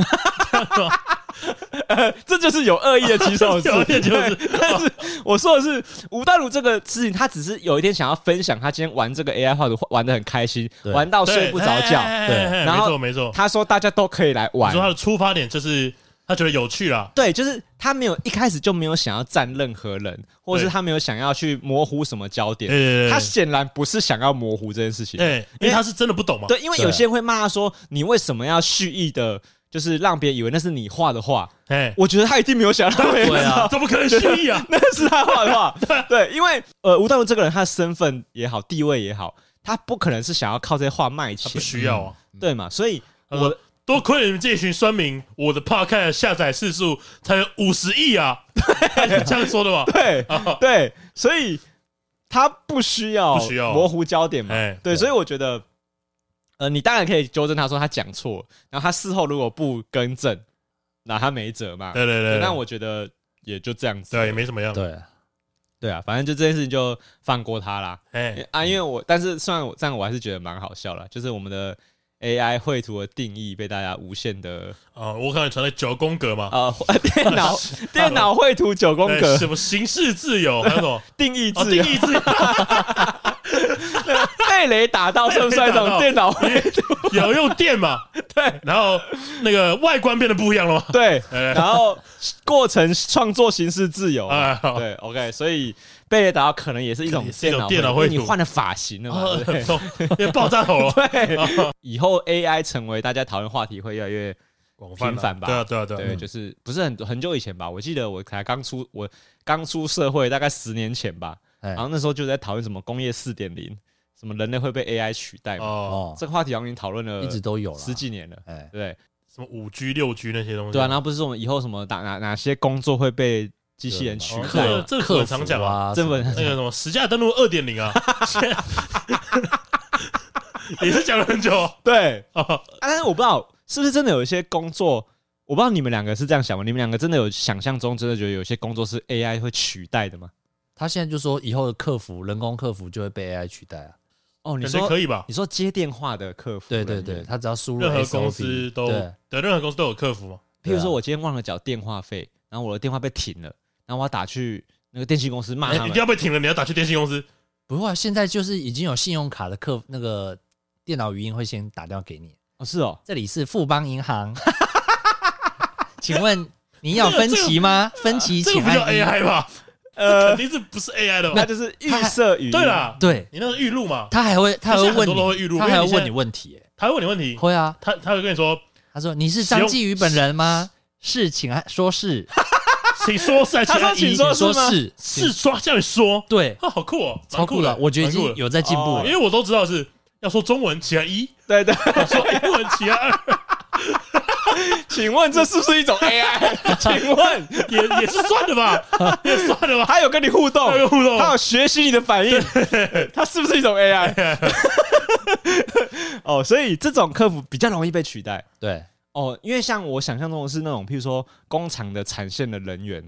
Speaker 2: 这就是有恶意的起手式
Speaker 1: 有。点就
Speaker 2: 对
Speaker 1: 是
Speaker 2: 但是我说的是吴淡如这个事情，他只是有一天想要分享，他今天玩这个 AI 画图玩的很开心，
Speaker 3: 对
Speaker 2: 玩到
Speaker 1: 对
Speaker 2: 哦睡不着觉。
Speaker 1: 哎
Speaker 3: 对
Speaker 1: 哎哎
Speaker 2: 然
Speaker 1: 没
Speaker 2: 后
Speaker 1: 错没错。
Speaker 2: 他说大家都可以来
Speaker 1: 你
Speaker 2: 玩
Speaker 1: 说，他的出发点就是他觉得有趣啦，
Speaker 2: 对，就是他没有一开始就没有想要站任何人，或是
Speaker 1: 对
Speaker 2: 他没有想要去模糊什么焦
Speaker 1: 对
Speaker 2: 点。
Speaker 1: 对对
Speaker 2: 他
Speaker 1: 对
Speaker 2: 显然不是想要模糊这件事情。
Speaker 1: 对，哎因为他是真的不懂嘛。
Speaker 2: 对，因为有些人会骂他说：“你为什么要蓄意的，就是让别人以为那是你画的画
Speaker 1: 哎？”，
Speaker 2: 我觉得他一定没有想到，
Speaker 3: 对啊
Speaker 1: 怎么可能蓄意啊？
Speaker 2: 那是他画的画。对，因为呃，吴淡如这个人，他的身份也好，地位也好，他不可能是想要靠这些画卖
Speaker 1: 他不
Speaker 2: 钱，嗯
Speaker 1: 需要呃啊。
Speaker 2: 对嘛？所以
Speaker 1: 他
Speaker 2: 我
Speaker 1: 说多亏你们这一群酸民，我的 Podcast 下载次数才有五十亿 啊！他是这样说的嘛？
Speaker 2: 对
Speaker 1: 啊
Speaker 2: 对，所以他不需要
Speaker 1: 不需要
Speaker 2: 模糊焦点嘛
Speaker 1: 哎？
Speaker 2: 对，
Speaker 3: 对
Speaker 2: 所以我觉得，呃，你当然可以纠正他说他讲错，然后他事后如果不更正，那他没辙嘛。
Speaker 1: 对对对，
Speaker 2: 那我觉得也就这样子。
Speaker 1: 对也没怎么样。
Speaker 3: 对，
Speaker 2: 对啊，反正就这件事情就放过他啦。
Speaker 1: 哎，
Speaker 2: 啊，因为我但是虽然我这样，我还是觉得蛮好笑啦，就是我们的 AI 绘图的定义被大家无限的
Speaker 1: 啊，我看你传的九宫格嘛，
Speaker 2: 呃 电 脑电脑绘图九宫
Speaker 1: 对
Speaker 2: 格
Speaker 1: 什么形式自由，还有什么
Speaker 2: 定义
Speaker 1: 哦
Speaker 2: 自由
Speaker 1: 定义自由，
Speaker 2: 被雷 打到算不算一种电脑绘图？
Speaker 1: 有用电嘛？
Speaker 2: 对
Speaker 1: 然后那个外观变得不一样了嘛？
Speaker 2: 对，
Speaker 1: 哎
Speaker 2: 然后过程创作形式自由嘛。
Speaker 1: 哎好
Speaker 2: 对，OK，所以被雷打到可能也是一种
Speaker 1: 也是一种
Speaker 2: 绘
Speaker 1: 电脑
Speaker 2: 图，
Speaker 1: 绘
Speaker 2: 因为你
Speaker 1: 图
Speaker 2: 换了发型了嘛。对
Speaker 1: 哦
Speaker 2: 不
Speaker 1: 因
Speaker 2: 对，
Speaker 1: 为爆炸头了，
Speaker 2: 对，以后 AI 成为大家讨论话题会越来越
Speaker 1: 广
Speaker 2: 泛啊
Speaker 1: 频繁对啊，对啊，对
Speaker 2: 对，
Speaker 1: 啊，
Speaker 2: 就是不是很很久以前吧？我记得我才刚出我刚出社会，大概十年前吧。
Speaker 3: 哎
Speaker 2: 然后那时候就在讨论什么工业四点零，什么人类会被 AI 取代嘛。
Speaker 1: 哦，
Speaker 3: 哦，
Speaker 2: 这个话题好像已经讨论了
Speaker 3: 一直都有了，
Speaker 2: 十几年了，
Speaker 3: 哎
Speaker 2: 对，不对
Speaker 1: 什么五 G、六 G 那些东西，
Speaker 2: 对啊。然后不是说我们以后什么哪哪哪些工作会被机器人取
Speaker 1: 哦
Speaker 2: 代
Speaker 1: 这
Speaker 2: 嘛
Speaker 1: 个？这个
Speaker 3: 客
Speaker 1: 很
Speaker 3: 服
Speaker 1: 常讲啊，
Speaker 3: 啊，
Speaker 2: 这本
Speaker 3: 什么
Speaker 1: 那个什么实价登录二点零啊， 也是讲了很久哦
Speaker 2: 对
Speaker 1: 哦，
Speaker 2: 啊，但是我不知道是不是真的有一些工作，我不知道你们两个是这样想吗？你们两个真的有想象中真的觉得有些工作是 AI 会取代的吗？
Speaker 3: 他现在就说以后的客服，人工客服就会被 AI 取代啊。
Speaker 2: 哦，你
Speaker 1: 感觉
Speaker 2: 说
Speaker 1: 可以吧？
Speaker 2: 你说接电话的客服
Speaker 3: 对
Speaker 2: 人
Speaker 3: 对
Speaker 2: 员，
Speaker 3: 对，他只要输入
Speaker 1: 任何
Speaker 3: SOP
Speaker 1: 公司都
Speaker 3: 对
Speaker 1: 对，任何公司都有客服嘛。
Speaker 2: 譬如
Speaker 3: 对
Speaker 2: 说
Speaker 3: 啊
Speaker 2: 我今天忘了缴电话费，然后我的电话被停了，然后我要打去那个电信公司骂
Speaker 1: 哎
Speaker 2: 他
Speaker 1: 一
Speaker 2: 们
Speaker 1: 定。要被停了，你要打去电信公司。
Speaker 3: 不会啊，现在就是已经有信用卡的客那个电脑语音会先打电话给你。
Speaker 2: 哦，是哦，
Speaker 3: 这里是富邦银行， 请问您要分期吗？分期
Speaker 1: 这个
Speaker 3: 请
Speaker 1: 不叫
Speaker 3: 按一。
Speaker 1: AI 吧？这
Speaker 2: 呃
Speaker 1: 肯，定是不是 AI 的
Speaker 2: 那
Speaker 1: 吧？
Speaker 2: 就是预设语音。
Speaker 1: 对，啦，
Speaker 3: 对，
Speaker 1: 你那是预录嘛？
Speaker 3: 他还会他还会
Speaker 1: 现在很
Speaker 3: 问
Speaker 1: 多都会预
Speaker 3: 你，
Speaker 1: 录
Speaker 3: 他还
Speaker 1: 因为
Speaker 3: 会
Speaker 1: 你现
Speaker 3: 问
Speaker 1: 在
Speaker 3: 你问题、
Speaker 1: 他会问你问题
Speaker 3: 欸，会啊，
Speaker 1: 他他会跟你说，
Speaker 3: 他说你是张继宇本人吗？是，请按说是，
Speaker 1: 请说是还是
Speaker 2: 他说
Speaker 1: 按一
Speaker 2: 请说
Speaker 3: 说
Speaker 2: 是吗
Speaker 3: 是，
Speaker 1: 是说叫你说，
Speaker 3: 对，
Speaker 1: 啊，好酷哦，蛮
Speaker 3: 超酷的，我觉得已
Speaker 1: 蛮酷
Speaker 3: 经
Speaker 1: 的
Speaker 3: 有在进步
Speaker 2: 哦
Speaker 3: 了
Speaker 1: 因。为我都知道是要说中文起来一，
Speaker 2: 对 对，
Speaker 1: 说英文起来二，
Speaker 2: 请问这是不是一种 AI？请问
Speaker 1: 也也是算的吧，也算的吧，
Speaker 2: 他有跟你互
Speaker 3: 哦
Speaker 2: 动
Speaker 1: 还，有互动
Speaker 2: 他有学习你的反应， 他是不是一种 AI？哦，所以这种客服比较容易被取代。
Speaker 3: 对，
Speaker 2: 哦，因为像我想象中的是那种，譬如说工厂的产线的人员，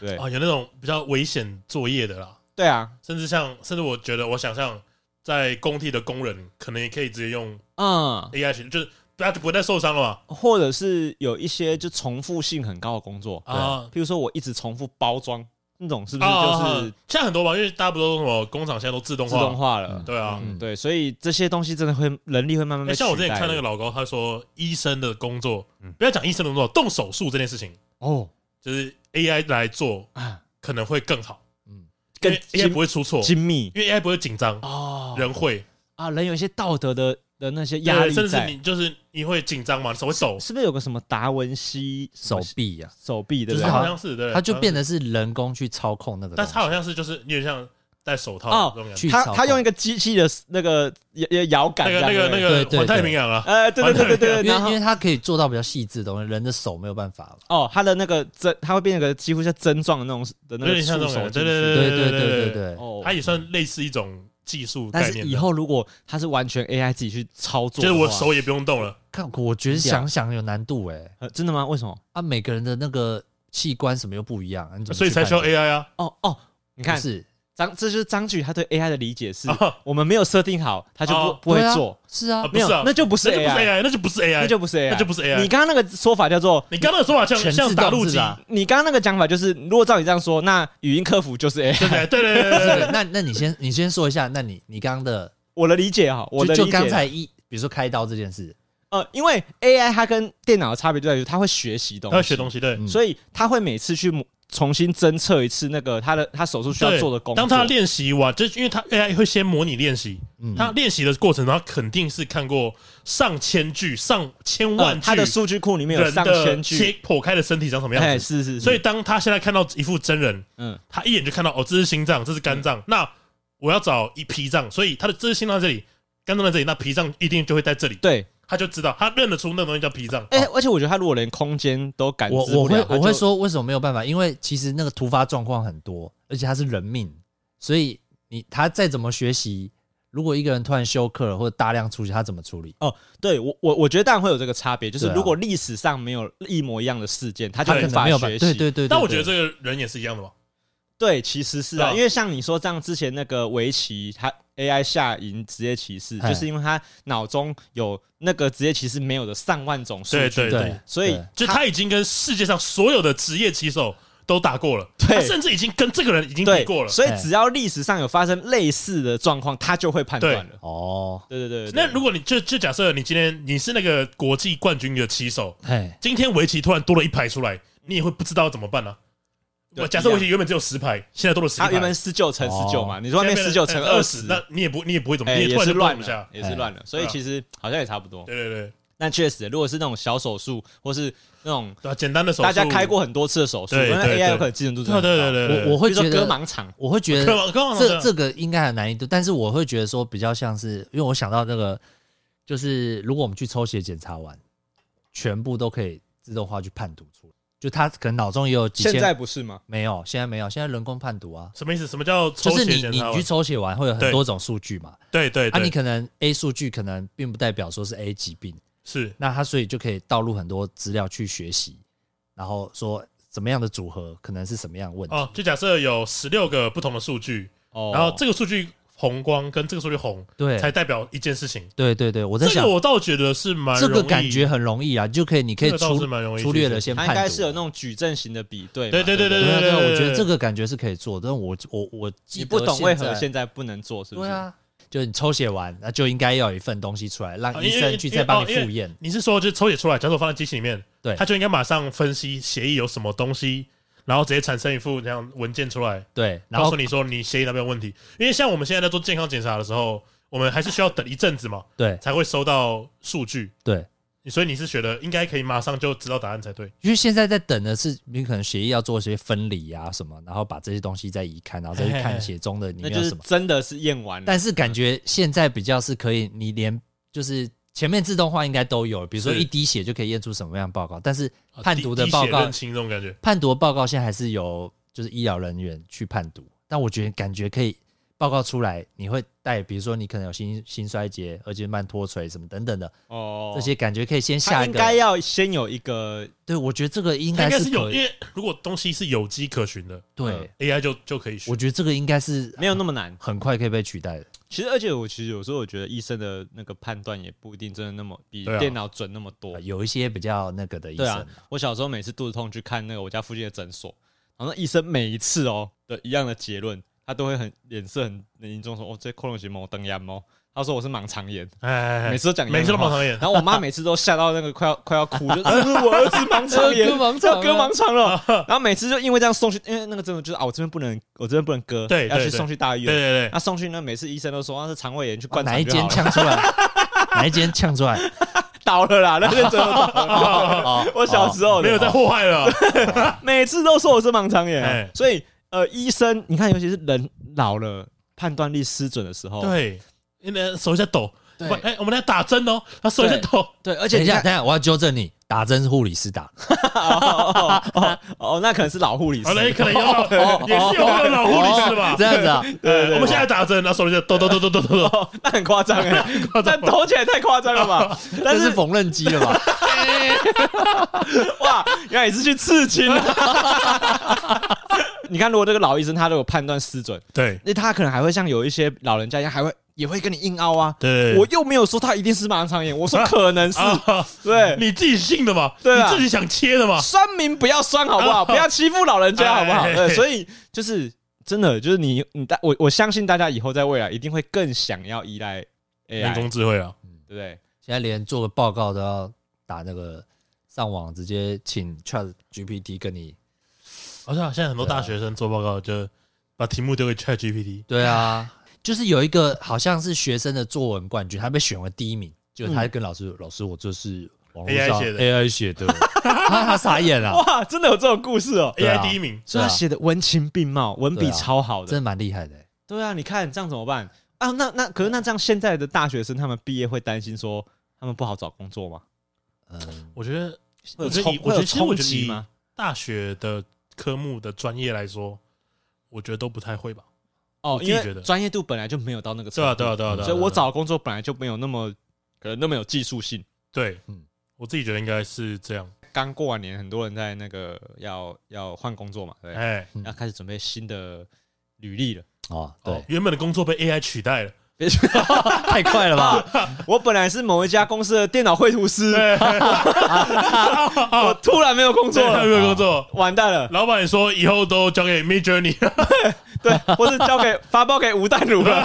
Speaker 2: 对
Speaker 1: 啊，有那种比较危险作业的啦，
Speaker 2: 对啊，
Speaker 1: 甚至像甚至我觉得我想象在工地的工人可能也可以直接用
Speaker 2: 嗯，
Speaker 1: AI 学，就是他就不会再受伤了嘛？
Speaker 2: 或者是有一些就重复性很高的工作，
Speaker 1: 啊
Speaker 2: 譬如说我一直重复包装那种，是不是
Speaker 1: 啊
Speaker 2: 就是，
Speaker 1: 现在很多嘛，因为大家不都什么工厂现在都自动
Speaker 2: 自动
Speaker 1: 化，
Speaker 2: 化了？
Speaker 1: 对啊。
Speaker 2: 嗯对，所以这些东西真的会人力会慢慢
Speaker 1: 欸
Speaker 2: 被
Speaker 1: 像我之
Speaker 2: 取
Speaker 1: 前
Speaker 2: 代
Speaker 1: 看那个
Speaker 2: 的。
Speaker 1: 老高，他说医生的工作
Speaker 3: 嗯，
Speaker 1: 不要讲医生的工作，动手术这件事情，
Speaker 2: 哦
Speaker 1: 就是 AI 来做
Speaker 2: 啊，
Speaker 1: 可能会更好，
Speaker 3: 嗯，
Speaker 1: 因
Speaker 2: 更
Speaker 1: 为 AI
Speaker 2: 精
Speaker 1: 不会哦出错，
Speaker 2: 精密
Speaker 1: 因为 AI 不会紧张，
Speaker 2: 哦
Speaker 1: 人会
Speaker 2: 啊，人有一些道德的的那些
Speaker 1: 对
Speaker 2: 压力
Speaker 1: 甚至是
Speaker 2: 在，
Speaker 1: 你就是你会紧张嘛，手会抖，
Speaker 2: 是不是有个什么达文西什
Speaker 3: 手
Speaker 2: 么
Speaker 3: 臂呀、
Speaker 2: 手臂的
Speaker 1: 就是
Speaker 3: 好
Speaker 1: 好
Speaker 3: 像
Speaker 1: 像是对，
Speaker 3: 它就变
Speaker 1: 得，
Speaker 3: 得是人工去操控那个东
Speaker 1: 但
Speaker 3: 西，
Speaker 1: 是它好像是就是有点像戴手套
Speaker 2: 哦
Speaker 1: 这种感觉，
Speaker 3: 去
Speaker 2: 他
Speaker 3: 操
Speaker 2: 他
Speaker 3: 控
Speaker 2: 用一个机器的那个摇摇杆
Speaker 1: 那
Speaker 2: 这
Speaker 1: 个
Speaker 2: 样，
Speaker 1: 那个
Speaker 2: 对
Speaker 1: 那个环
Speaker 2: 不对
Speaker 3: 对对
Speaker 1: 太
Speaker 3: 对
Speaker 1: 平洋啊，
Speaker 2: 呃，对对对对对，
Speaker 3: 因为
Speaker 2: 然
Speaker 3: 因
Speaker 2: 后
Speaker 3: 为它可以做到比较细致的东西，人的手没有办法了。
Speaker 2: 哦，它的那个针，它会变成一个几乎像针状的那种的
Speaker 1: 有
Speaker 2: 那个
Speaker 1: 点像这
Speaker 2: 触
Speaker 1: 种
Speaker 2: 手
Speaker 1: 感
Speaker 2: 进
Speaker 1: 觉
Speaker 2: 去，
Speaker 1: 对
Speaker 3: 对
Speaker 1: 对对
Speaker 3: 对对
Speaker 1: 对
Speaker 3: 对，
Speaker 2: 哦
Speaker 1: 它也算类似一种技术
Speaker 2: 但
Speaker 1: 概
Speaker 2: 是
Speaker 1: 念的，
Speaker 2: 以后如果它是完全 AI 自己去操作
Speaker 1: 就
Speaker 2: 的
Speaker 1: 是
Speaker 2: 话，
Speaker 1: 我手也不用动了，
Speaker 3: 看我觉得想想有难度哎、
Speaker 2: 呃真的吗？为什么？
Speaker 3: 啊，每个人的那个器官什么又不一样，你怎么
Speaker 1: 所以
Speaker 3: 去
Speaker 1: 才
Speaker 3: 判
Speaker 1: 需要
Speaker 3: 断
Speaker 1: AI 啊。
Speaker 2: 哦哦，你看
Speaker 3: 不是
Speaker 2: 张，这就是张举他对 AI 的理解是
Speaker 1: 啊，
Speaker 2: 我们没有设定好，他就不
Speaker 1: 哦
Speaker 2: 不会
Speaker 3: 对啊
Speaker 2: 做，
Speaker 3: 是啊
Speaker 1: 啊，不
Speaker 2: 没
Speaker 1: 是
Speaker 2: 有，
Speaker 1: 啊
Speaker 2: 那就不是
Speaker 1: 那就不是
Speaker 2: AI，
Speaker 1: AI，那就不是 AI，
Speaker 2: 那就不是 AI，
Speaker 1: 那就不是 AI
Speaker 2: 你刚刚那个说法叫做。
Speaker 1: 你刚刚的说法像
Speaker 3: 全
Speaker 1: 像
Speaker 3: 自
Speaker 1: 打
Speaker 3: 动
Speaker 1: 路
Speaker 3: 是
Speaker 1: 机，
Speaker 3: 吧？
Speaker 2: 你刚刚那个讲法就是，如果照你这样说，那语音客服就是 AI。
Speaker 1: 对不对？对对对
Speaker 3: 不
Speaker 1: 对
Speaker 3: 是
Speaker 1: 对，
Speaker 3: 那那你先你先说一下，那你你刚刚的
Speaker 2: 我的理解哈，我的
Speaker 3: 就
Speaker 2: 理
Speaker 3: 就
Speaker 2: 解
Speaker 3: 刚才一，比如说开刀这件事，
Speaker 2: 呃，因为 AI 它跟电脑的差别就在于它会学习东
Speaker 1: 他
Speaker 2: 西，
Speaker 1: 要学东西，对。
Speaker 3: 嗯
Speaker 2: 所以他会每次去模重新侦测一次那个他的他手术需要
Speaker 1: 对
Speaker 2: 做的工作。
Speaker 1: 当他练习完，就是因为他 AI 会先模拟练习，
Speaker 3: 嗯，
Speaker 1: 他练习的过程中，他肯定是看过上千句、上千
Speaker 2: 呃
Speaker 1: 万句
Speaker 2: 他的数据库里面有
Speaker 1: 人
Speaker 2: 上千
Speaker 1: 的
Speaker 2: 句，
Speaker 1: 切剖开的身体长什么
Speaker 2: 哎，
Speaker 1: 样子。
Speaker 2: 是是，是
Speaker 1: 所以当他现在看到一副真人，
Speaker 2: 嗯
Speaker 1: 他一眼就看到哦，这是心脏，这是肝脏，那我要找一脾脏，所以他的这是心脏在这里，肝脏在这里，那脾脏一定就会在这里，
Speaker 2: 对，
Speaker 1: 他就知道他认得出那东西叫脾脏。
Speaker 2: 哎，而且我觉得他如果连空间都感知
Speaker 3: 哦我
Speaker 2: 不
Speaker 3: 我会
Speaker 2: 了，他
Speaker 3: 我
Speaker 2: 就
Speaker 3: 会说为什么没有办法？因为其实那个突发状况很多，而且它是人命，所以你他再怎么学习，如果一个人突然休克了或者大量出血，他怎么处理？
Speaker 2: 对我我我觉得当然会有这个差别，就是
Speaker 3: 对啊
Speaker 2: 如果历史上没有一模一样的事件，他就
Speaker 3: 他
Speaker 1: 对
Speaker 3: 可
Speaker 2: 无
Speaker 3: 能
Speaker 2: 法
Speaker 3: 没有办
Speaker 2: 学习。
Speaker 3: 对对对。
Speaker 1: 但
Speaker 3: 对
Speaker 1: 我觉得
Speaker 3: 对
Speaker 1: 这个人也是一样的嘛，
Speaker 2: 对，其实是
Speaker 1: 对
Speaker 2: 啊，
Speaker 1: 啊
Speaker 2: 因为像你说这样，之前那个围棋，他 AI 下赢职业棋士，
Speaker 3: 哎
Speaker 2: 就是因为他脑中有那个职业棋士没有的上万种数
Speaker 1: 对
Speaker 2: 据，
Speaker 1: 对
Speaker 3: 对，
Speaker 2: 所以
Speaker 1: 就他已经跟世界上所有的职业棋手都打过了，
Speaker 2: 对
Speaker 1: 他甚至已经跟这个人已经比
Speaker 2: 对
Speaker 1: 过了。
Speaker 2: 所以
Speaker 3: 哎
Speaker 2: 只要历史上有发生类似的状况，他就会判断了。
Speaker 3: 哦，
Speaker 2: 对对对对对
Speaker 1: 那如果你就就假设你今天你是那个国际冠军的棋手，
Speaker 3: 嘿，
Speaker 1: 今天围棋突然多了一排出来，你也会不知道怎么办呢、
Speaker 2: 对
Speaker 1: 我假设围棋原本只有十排，现在多了十一
Speaker 2: 他
Speaker 1: 排，
Speaker 2: 原本十九乘
Speaker 1: 哦
Speaker 2: 十九嘛，你说那边十九乘二
Speaker 1: 二
Speaker 2: 十，
Speaker 1: 呃那你也不你也不会怎么，
Speaker 2: 哎
Speaker 1: 你也
Speaker 2: 也
Speaker 1: 突然
Speaker 2: 是
Speaker 1: 就
Speaker 2: 乱
Speaker 1: 一下啊
Speaker 2: 了，。也是乱了。所以其实好像也差不多。
Speaker 1: 对对对，
Speaker 2: 但确实，如果是那种小手术，或是那种
Speaker 1: 对啊简单的手
Speaker 2: 大家
Speaker 1: 速
Speaker 2: 开，过很多次的手术，
Speaker 1: 对
Speaker 2: 那
Speaker 1: 对
Speaker 2: AI
Speaker 1: 对
Speaker 2: 有可能精准度真
Speaker 1: 对 对
Speaker 2: 的很
Speaker 1: 对
Speaker 2: 高
Speaker 1: 对，对
Speaker 3: 我我会
Speaker 2: 比如
Speaker 3: 觉
Speaker 2: 说割
Speaker 3: 得，
Speaker 2: 盲场，
Speaker 3: 我会觉
Speaker 1: 对
Speaker 3: 得
Speaker 1: 吧刚好
Speaker 3: 这
Speaker 1: 这
Speaker 3: 这个应该很难一度，但是我会觉得说比较像是，因为我想到那个，就是如果我们去抽血检查完，全部都可以自动化去判读出来，就他可能脑中也有几千
Speaker 2: 现在不是吗？
Speaker 3: 没有，现在没有，现在人工判读啊，
Speaker 1: 什么意思？什么叫抽
Speaker 3: 就是
Speaker 1: 血
Speaker 3: 你
Speaker 1: 检
Speaker 3: 你
Speaker 1: 查
Speaker 3: 去
Speaker 1: 完？
Speaker 3: 抽血完会有很多种数据嘛，
Speaker 1: 对对
Speaker 3: 啊，你
Speaker 1: 对，
Speaker 3: 可能 A 数据可能并不代表说是 A 疾病，
Speaker 1: 是
Speaker 3: 那它所以就可以导入很多资料去学习，然后说怎么样的组合可能是什么样的问题，
Speaker 1: 哦。就假设有十六个不同的数据，
Speaker 2: 哦
Speaker 1: 然后这个数据红光跟这个数据红，
Speaker 3: 对
Speaker 1: 才代表一件事情。
Speaker 3: 对对对，我在
Speaker 1: 这
Speaker 3: 想
Speaker 1: 个我倒觉得是蛮
Speaker 3: 这个
Speaker 1: 容易
Speaker 3: 感觉很容易啊，你就可以你可以
Speaker 1: 这个倒
Speaker 3: 粗
Speaker 1: 是蛮容易
Speaker 3: 粗略的先
Speaker 2: 它应
Speaker 3: 判读
Speaker 2: 该是有那种矩阵型的比对嘛，
Speaker 1: 对
Speaker 2: 对
Speaker 1: 对对
Speaker 2: 不
Speaker 1: 对
Speaker 3: 对啊对啊，
Speaker 1: 对
Speaker 3: 我觉得这个感觉是可以做，但我我我记
Speaker 2: 你
Speaker 3: 得
Speaker 2: 不懂为何
Speaker 3: 在
Speaker 2: 现在不能做，是不
Speaker 3: 对
Speaker 2: 是？
Speaker 3: 啊，就你抽血完，那就应该要有一份东西出来，让
Speaker 1: 啊
Speaker 3: 医
Speaker 1: 因为
Speaker 3: 生去
Speaker 1: 因为
Speaker 3: 再帮
Speaker 1: 哦
Speaker 3: 你
Speaker 1: 因为
Speaker 3: 复验。
Speaker 1: 你是说就是抽血出来，假如我放在机器里面，
Speaker 3: 对
Speaker 1: 它就应该马上分析协议有什么东西，然后直接产生一副这样文件出来，
Speaker 3: 对，然
Speaker 1: 告
Speaker 3: 后
Speaker 1: 诉你说你协议那边有问题。因为像我们现在在做健康检查的时候，我们还是需要等一阵子 嘛，
Speaker 3: 对
Speaker 1: 才会收到数据。
Speaker 3: 对，
Speaker 1: 所以你是觉得应该可以马上就知道答案才对，
Speaker 3: 因为现在在等的是你可能血液要做一些分离啊什么，然后把这些东西再移开，然后再去
Speaker 1: 嘿嘿
Speaker 3: 看
Speaker 1: 嘿
Speaker 3: 血中的里
Speaker 2: 那
Speaker 3: 面
Speaker 2: 就
Speaker 3: 有
Speaker 2: 是
Speaker 3: 什么。
Speaker 2: 真的是验完了，
Speaker 3: 但是感觉现在比较是可以，你连就是前面自动化应该都有，比如说
Speaker 1: 是
Speaker 3: 一滴血就可以验出什么样的报告，但是
Speaker 1: 啊
Speaker 3: 判
Speaker 1: 滴
Speaker 3: 读的
Speaker 1: 滴血
Speaker 3: 报告
Speaker 1: 认，清这种感觉。
Speaker 3: 判读的报告现在还是由就是医疗人员去判读，但我觉得感觉可以报告出来，你会带，比如说你可能有心心衰竭、而且慢脱垂什么等等的、
Speaker 2: 哦，
Speaker 3: 这些，感觉可以先
Speaker 2: 它
Speaker 3: 下一
Speaker 2: 应
Speaker 3: 个。
Speaker 2: 该要先有一个
Speaker 3: 对，我觉得这个应
Speaker 1: 它
Speaker 3: 该
Speaker 1: 应该
Speaker 3: 是
Speaker 1: 是有，
Speaker 3: 可
Speaker 1: 因
Speaker 3: 以。
Speaker 1: 为如果东西是有迹可循的
Speaker 3: 对，
Speaker 1: ，AI 就就可以学
Speaker 3: 我。觉得这个应该是
Speaker 2: 没有那么难，
Speaker 3: 很快可以被取代的。
Speaker 2: 其实，而且我其实有时候我觉得医生的那个判断也不一定真的那么比
Speaker 1: 对啊
Speaker 2: 电脑准那么多。
Speaker 3: 有一些比较那个的医
Speaker 2: 对
Speaker 3: 生
Speaker 2: 啊，我小时候每次肚子痛去看那个我家附近的诊所，然后那医生每一次哦的一样的结论，他都会很脸色很凝重说：“哦，这克隆型毛灯炎哦。”他说我是盲肠炎，
Speaker 1: 哎
Speaker 2: 每，次都讲一样的
Speaker 1: 每次都
Speaker 2: 话
Speaker 1: 盲 肠炎
Speaker 2: 然后我妈每次都吓到那个快要快要哭，就呃我儿子盲肠炎，
Speaker 3: 割盲肠
Speaker 2: 要
Speaker 3: 啊
Speaker 2: 割盲肠了。然后每次就因为这样送去，因为那个真的就是啊，我这边不能，我这边不能割，
Speaker 1: 对
Speaker 2: 要
Speaker 1: 对
Speaker 2: 去
Speaker 1: 对
Speaker 2: 送去大医
Speaker 1: 对
Speaker 2: 院。
Speaker 1: 对
Speaker 3: 哦
Speaker 1: 对，
Speaker 2: 那送去呢，每次医生都说啊是肠胃炎，去
Speaker 3: 哇
Speaker 2: 灌
Speaker 3: 哪
Speaker 2: 肠
Speaker 3: 一
Speaker 2: 就好
Speaker 3: 间
Speaker 2: 了。
Speaker 3: 呛出来？哪一间呛出来？
Speaker 2: 倒了啦，那个真的倒 了。
Speaker 3: 哦
Speaker 2: 我小时候的
Speaker 1: 没有在祸害了，
Speaker 2: 每次都说我是盲肠炎啊
Speaker 1: 哎，
Speaker 2: 所以呃，医生你看，尤其是人老了，判断力失准的时
Speaker 3: 哦
Speaker 2: 候，
Speaker 1: 对，那手一下抖，
Speaker 2: 对
Speaker 1: 不哎，我们来打针哦，他手一下抖，
Speaker 2: 对，而且
Speaker 3: 等一
Speaker 2: 你
Speaker 3: 下，
Speaker 2: 看
Speaker 3: 等一下，我要纠正你，打针是护理师打，
Speaker 2: 哦哦哦哦，那可能是老护理师
Speaker 1: 好，嘞，可能有
Speaker 3: 哦
Speaker 1: 老，也是有那个老护理师吧
Speaker 3: 这？样子啊？
Speaker 2: 对对
Speaker 1: 我们现在打针，然后手一下抖抖抖抖抖抖抖，
Speaker 2: 哦，那很夸张哎，但抖起来太夸张了 吧？ 但
Speaker 3: 这
Speaker 2: 是
Speaker 3: 是缝纫机了吧？
Speaker 2: 哇，原来你是去刺青啊！ 你看，如果这个老医生他如果判断失准，
Speaker 1: 对
Speaker 2: 那他可能还会像有一些老人家一样，还会也会跟你硬凹啊。
Speaker 1: 对，
Speaker 2: 我又没有说他一定是盲肠炎，我说可能是，
Speaker 1: 啊，
Speaker 2: 对，
Speaker 1: 你自己信的嘛？
Speaker 2: 对啊
Speaker 1: 你自己想切的嘛？
Speaker 2: 酸民不要酸好不好？
Speaker 1: 啊
Speaker 2: 不要欺负老人家好不 好？
Speaker 1: 哎
Speaker 2: 对，所以就是真的，就是你你大我我相信大家以后在未来一定会更想要依赖 AI，
Speaker 1: 人
Speaker 2: 对
Speaker 1: 工智慧啊，
Speaker 2: 不哎对？
Speaker 3: 现在连做个报告都要打那个上网，直接请 Chat GPT 跟你。
Speaker 1: 好像现在很多大学生做报告就把题目丢给 Chat GPT，
Speaker 3: 对啊，就是有一个好像是学生的作文冠军，他被选为第一名，就他跟老师说：“老师，我这是网络
Speaker 1: AI
Speaker 3: 上
Speaker 1: 写的
Speaker 3: AI 写的。”他他傻眼啊 了，
Speaker 2: 哇，真的有这种故事哦！
Speaker 3: 对啊
Speaker 1: AI 第一名，
Speaker 2: 所以他写的文情并茂，文笔
Speaker 3: 对啊
Speaker 2: 超好
Speaker 3: 真的
Speaker 2: 的。
Speaker 3: 蛮厉害的欸。
Speaker 2: 对啊，你看这样怎么办啊？那那可是那这样现在的大学生他们毕业会担心说他们不好找工作吗？
Speaker 3: 嗯，
Speaker 1: 我觉得
Speaker 2: 会有
Speaker 1: 我觉得
Speaker 2: 冲
Speaker 1: 以
Speaker 2: 会
Speaker 1: 我觉
Speaker 2: 有
Speaker 1: 得其实我
Speaker 2: 冲
Speaker 1: 觉得
Speaker 2: 击
Speaker 1: 以
Speaker 2: 吗？
Speaker 1: 大学的科目的专业来说，我觉得都不太会吧？
Speaker 2: 哦，
Speaker 1: 自己
Speaker 2: 因
Speaker 1: 觉得
Speaker 2: 为专业度本来就没有到那个程
Speaker 1: 对啊，
Speaker 2: 度，
Speaker 1: 对啊，对啊，对啊，
Speaker 2: 所以我
Speaker 1: 对啊
Speaker 2: 找工作本来就没有那么可能那么有技术性。
Speaker 1: 对
Speaker 3: 嗯，
Speaker 1: 我自己觉得应该是这样，
Speaker 2: 刚过完年，很多人在那个要要换工作嘛，对，
Speaker 1: 哎，
Speaker 3: 嗯
Speaker 2: 要开始准备新的履历了。
Speaker 3: 哦，
Speaker 1: 哦
Speaker 3: 对，
Speaker 1: 原本的工作被 AI 取代了，
Speaker 2: 别说
Speaker 3: 太快了吧？
Speaker 2: 我本来是某一家公司的电脑绘图师， 我突然没有工作
Speaker 1: 对，没
Speaker 2: 了，
Speaker 1: 有工作。
Speaker 2: 完蛋了，
Speaker 1: 老板说以后都交给 Mid Journey，
Speaker 2: 对，或是交给发包给吴淡如 了，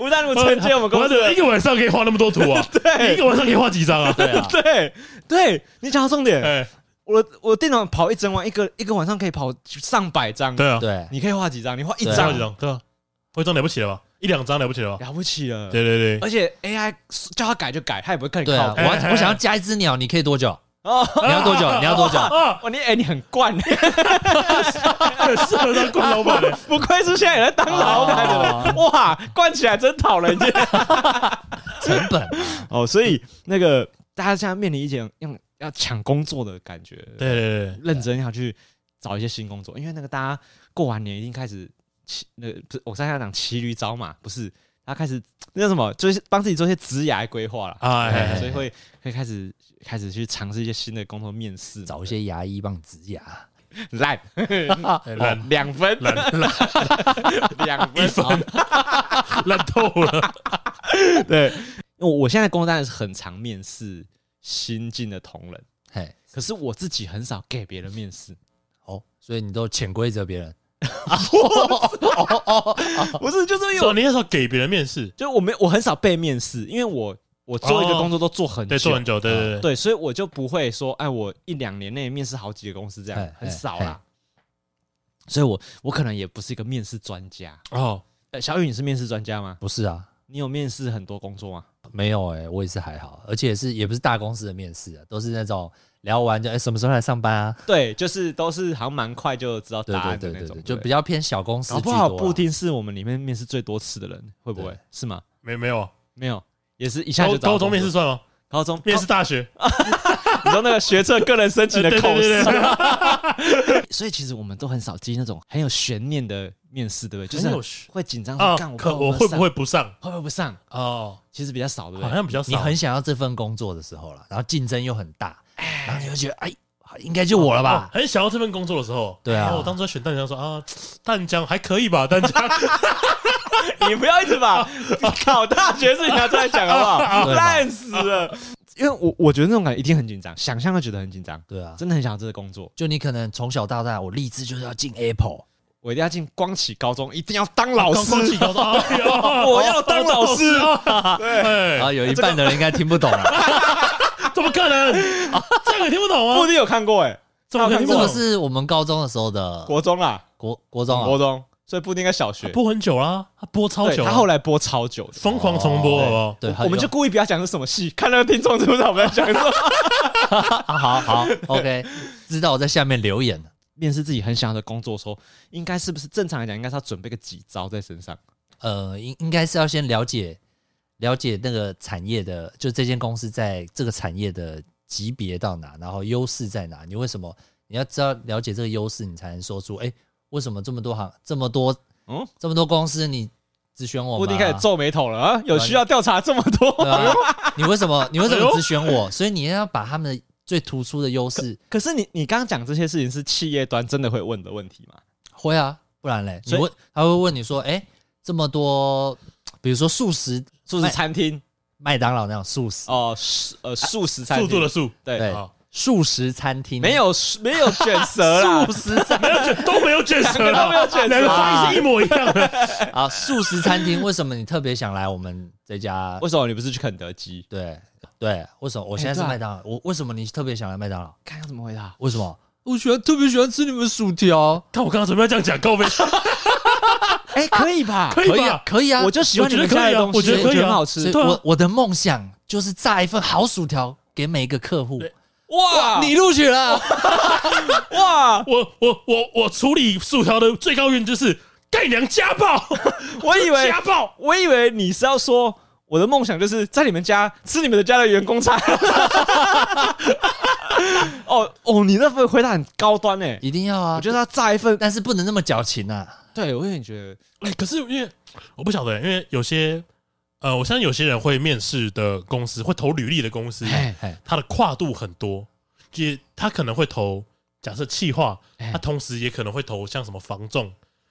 Speaker 2: 吴淡如承接我们公司
Speaker 1: 一
Speaker 2: 的。
Speaker 1: 个晚上可以画那么多图啊？
Speaker 2: 对
Speaker 1: 一个晚上可以画几张啊？
Speaker 3: 对啊，
Speaker 2: 对对，你讲到重点，
Speaker 1: 哎，
Speaker 2: 我我电脑跑一整晚，一个一个晚上可以跑上百张，
Speaker 1: 对啊，
Speaker 3: 对，
Speaker 2: 你可以画几张？你画一
Speaker 3: 对
Speaker 1: 画
Speaker 2: 张
Speaker 1: 几张？对啊，画一张了不起了吧？一两张了不起了吧？
Speaker 2: 了不起了，
Speaker 1: 对对对，
Speaker 2: 而且 AI 叫他改就改，他也不会看你
Speaker 3: 对
Speaker 2: 靠
Speaker 3: 啊，
Speaker 2: 谱
Speaker 3: 我
Speaker 1: 哎哎
Speaker 3: 要
Speaker 1: 哎
Speaker 3: 我想要加一只鸟，你可以多久？
Speaker 2: 哦。
Speaker 3: 你要多久？你要 多久？
Speaker 1: 啊，
Speaker 2: 哇，你哎、你很惯，
Speaker 1: 很适合当官老板的，
Speaker 2: 不愧是现在也在当老板的
Speaker 1: 哦
Speaker 3: 哦
Speaker 2: 人，哇，惯起来真讨人厌
Speaker 3: 成本啊
Speaker 2: 哦。所以那个大家现在面临一件要要抢工作的感觉，
Speaker 1: 对对对。
Speaker 2: 认真要去找一些新工作，因为那个大家过完年一定开始骑，那个不是我刚才讲骑驴找马，不是，他开始那叫什么，就是帮自己做一些职涯规划了。
Speaker 1: 啊，
Speaker 3: 哎
Speaker 2: 对所以会会开始开始去尝试一些新的工作面试，
Speaker 3: 找一些牙医帮你植牙，
Speaker 2: 烂
Speaker 1: 烂
Speaker 2: 两分，
Speaker 1: 烂烂
Speaker 2: 两
Speaker 1: 一
Speaker 2: 分，
Speaker 1: 分，烂透了。
Speaker 2: 对，因为我现在工作当然是很常面试新进的同仁，
Speaker 3: 嘿，
Speaker 2: 可是我自己很少给别人面试。
Speaker 3: 哦，所以你都潜规则别人，
Speaker 2: 不是，就是因为
Speaker 1: 说
Speaker 2: 我
Speaker 1: 你那时候给别人面试，
Speaker 2: 就我没我很少被面试，因为我我做一个
Speaker 1: 哦
Speaker 2: 工作都做很久，
Speaker 1: 对，做很久，对对对，
Speaker 2: 对，所以我就不会说，哎，我一两年内面试好几个公司这样
Speaker 3: 哎，
Speaker 2: 很
Speaker 3: 哎
Speaker 2: 少啦。所以我我可能也不是一个面试专家。
Speaker 1: 哦，
Speaker 2: 呃小雨，你是面试专家吗？
Speaker 3: 不是啊？
Speaker 2: 你有面试很多工作吗？
Speaker 3: 没有哎、我也是还好，而且是也不是大公司的面试啊，都是那种聊完就哎、什么时候来上班啊？
Speaker 2: 对，就是都是好像蛮快就知道
Speaker 3: 对
Speaker 2: 答
Speaker 3: 对
Speaker 2: 案的
Speaker 3: 对
Speaker 2: 那
Speaker 3: 对
Speaker 2: 种
Speaker 3: 对，，就
Speaker 2: 对
Speaker 3: 比较偏小公司
Speaker 2: 搞
Speaker 3: 居
Speaker 2: 不
Speaker 3: 多啊
Speaker 2: 好
Speaker 3: 啦。
Speaker 2: 布丁是我们里面面试最多次的人，会不会
Speaker 3: 对
Speaker 2: 是吗？
Speaker 1: 没没有啊，
Speaker 2: 没有，也是一下就
Speaker 1: 高
Speaker 2: 找到
Speaker 1: 高中
Speaker 2: 工
Speaker 1: 面试
Speaker 2: 作，
Speaker 1: 算吗？
Speaker 2: 高中
Speaker 1: 面试，
Speaker 2: 高
Speaker 1: 大学，
Speaker 2: 你说那个学测个人申请的
Speaker 1: 呃对对对
Speaker 2: 口
Speaker 1: 对
Speaker 2: 试，
Speaker 1: 对，
Speaker 2: 所以其实我们都很少接那种很有悬念的面试，对不对？就是
Speaker 1: 很有
Speaker 2: 很
Speaker 1: 悬
Speaker 2: 会紧张说，
Speaker 1: 啊
Speaker 2: 干，我
Speaker 1: 可
Speaker 2: 我
Speaker 1: 我会不会不上？
Speaker 2: 会不会不上？
Speaker 1: 哦，
Speaker 2: 其实比较少，对不
Speaker 1: 好
Speaker 2: 对？
Speaker 1: 像比较少。
Speaker 3: 你很想要这份工作的时候啦，然后竞争又很大，然后你就觉得哎，应该就我了
Speaker 1: 哦
Speaker 3: 吧？
Speaker 1: 很想要这份工作的时候，
Speaker 3: 对啊
Speaker 1: 然后我当初在选淡江说啊，淡江还可以吧，淡江
Speaker 2: 你不要一直把考大学事情拿出来讲好不好？
Speaker 3: 对吧
Speaker 2: 烂死了！啊因为我我觉得那种感觉一定很紧张，想象都觉得很紧张，
Speaker 3: 对啊，
Speaker 2: 真的很想要这个工作。
Speaker 3: 就你可能从小到大，我立志就是要进 Apple，
Speaker 2: 我一定要进光启高中，一定要当老师，
Speaker 1: 高中起高中哎呦
Speaker 2: 我要当老师。
Speaker 1: 哎
Speaker 3: 然后有一半的人应该听不懂啊了。
Speaker 1: 怎么可能？这个听不懂
Speaker 2: 布
Speaker 1: 啊？
Speaker 2: 丁有看过哎，
Speaker 1: 怎么可能
Speaker 2: 这
Speaker 1: 听
Speaker 3: 这
Speaker 1: 不
Speaker 3: 个
Speaker 1: 懂？
Speaker 3: 是我们高中的时候的
Speaker 2: 国中啦，
Speaker 3: 国国中
Speaker 2: 国
Speaker 3: 啊，
Speaker 2: 中，所以布丁应该小学。
Speaker 1: 播很久啦，他播超
Speaker 2: 对，
Speaker 1: 久啊，
Speaker 2: 他后来哦播超久的，
Speaker 1: 疯狂重播，好不好？
Speaker 3: 对，
Speaker 2: 我我们
Speaker 3: 有
Speaker 2: 就故意不要讲是什么戏， 看那个听众知不知道我们在讲什么。
Speaker 3: 啊，好好，OK，知道我在下面留言了。
Speaker 2: 面试自己很想要的工作的时候，应该是不是正常来讲，应该是要准备个几招在 身上？
Speaker 3: 呃，应应该是要先了解了解那个产业的，就这间公司在这个产业的级别到哪，然后优势在哪。你为什么你要知道了解这个优势，你才能说出，哎、为什么这么多行这么多
Speaker 2: 嗯
Speaker 3: 这么多公司你只选我
Speaker 2: 布
Speaker 3: 吗
Speaker 2: 丁？开始皱眉头了啊！有需要调查这么多？
Speaker 3: 对啊，你为什么你为什
Speaker 1: 哎
Speaker 3: 么
Speaker 1: 呦
Speaker 3: 只选我？所以你要把他们的最突出的优势
Speaker 2: 可是你你刚刚讲这些事情是企业端真的会问的问题吗？
Speaker 3: 会啊，不然嘞，你
Speaker 2: 所以
Speaker 3: 问他会问你说，哎、这么多，比如说素食
Speaker 2: 素食餐厅
Speaker 3: 麦当劳那种素食
Speaker 2: 哦，素呃素食餐
Speaker 1: 速
Speaker 2: 厅
Speaker 1: 度的速，
Speaker 2: 对
Speaker 3: 对
Speaker 1: 好，
Speaker 3: 素食餐厅，
Speaker 2: 没有没有卷舌 啦，
Speaker 3: 素食餐
Speaker 1: 没有卷都没有卷舌
Speaker 2: 都没
Speaker 1: 了，
Speaker 2: 有卷
Speaker 1: 两
Speaker 2: 舌
Speaker 1: 个
Speaker 2: 啦。
Speaker 1: 翻译是一模一样 的。
Speaker 3: 啊，素食餐厅为什么你特别想来我们这家？
Speaker 2: 为什么你不是去肯德基？
Speaker 3: 对对，为什么我现在是麦当劳？我为什么你特别想来麦当劳？
Speaker 2: 看要怎么回答？
Speaker 3: 为什么？我喜欢特别喜欢吃你们薯条，
Speaker 1: 看我刚刚准备要这样讲，高飞
Speaker 2: 哎， 可以吧？
Speaker 1: 可以
Speaker 3: 可以啊
Speaker 1: 吧，？
Speaker 3: 可以啊，
Speaker 2: 我就喜欢你们家的东西，
Speaker 1: 我觉得可以啊我觉得可以啊
Speaker 2: 很好
Speaker 3: 所以
Speaker 2: 吃。
Speaker 1: 对啊
Speaker 3: 我我的梦想就是炸一份好薯条给每一个客户。
Speaker 2: 哇，
Speaker 3: 你录取了，
Speaker 2: 啊哇，
Speaker 1: 我我我我处理薯条的最高原则就是盖娘家暴，
Speaker 2: 我以 为
Speaker 1: 家暴。
Speaker 2: 我以为你是要说我的梦想就是在你们家吃你们的家的员工餐。 哦哦，你那份回答很高端诶、
Speaker 3: 一定要啊！
Speaker 2: 我觉得他炸一份，
Speaker 3: 但是不能那么矫情啊。
Speaker 2: 对我有点觉得
Speaker 1: 哎、可是因为我不晓得、因为有些呃，我相信有些人会面试的公司，会投履历的公司，
Speaker 3: 嘿嘿，
Speaker 1: 它的跨度很多，就是他可能会投假设企划，
Speaker 2: 哎
Speaker 1: 他同时也可能会投像什么防重，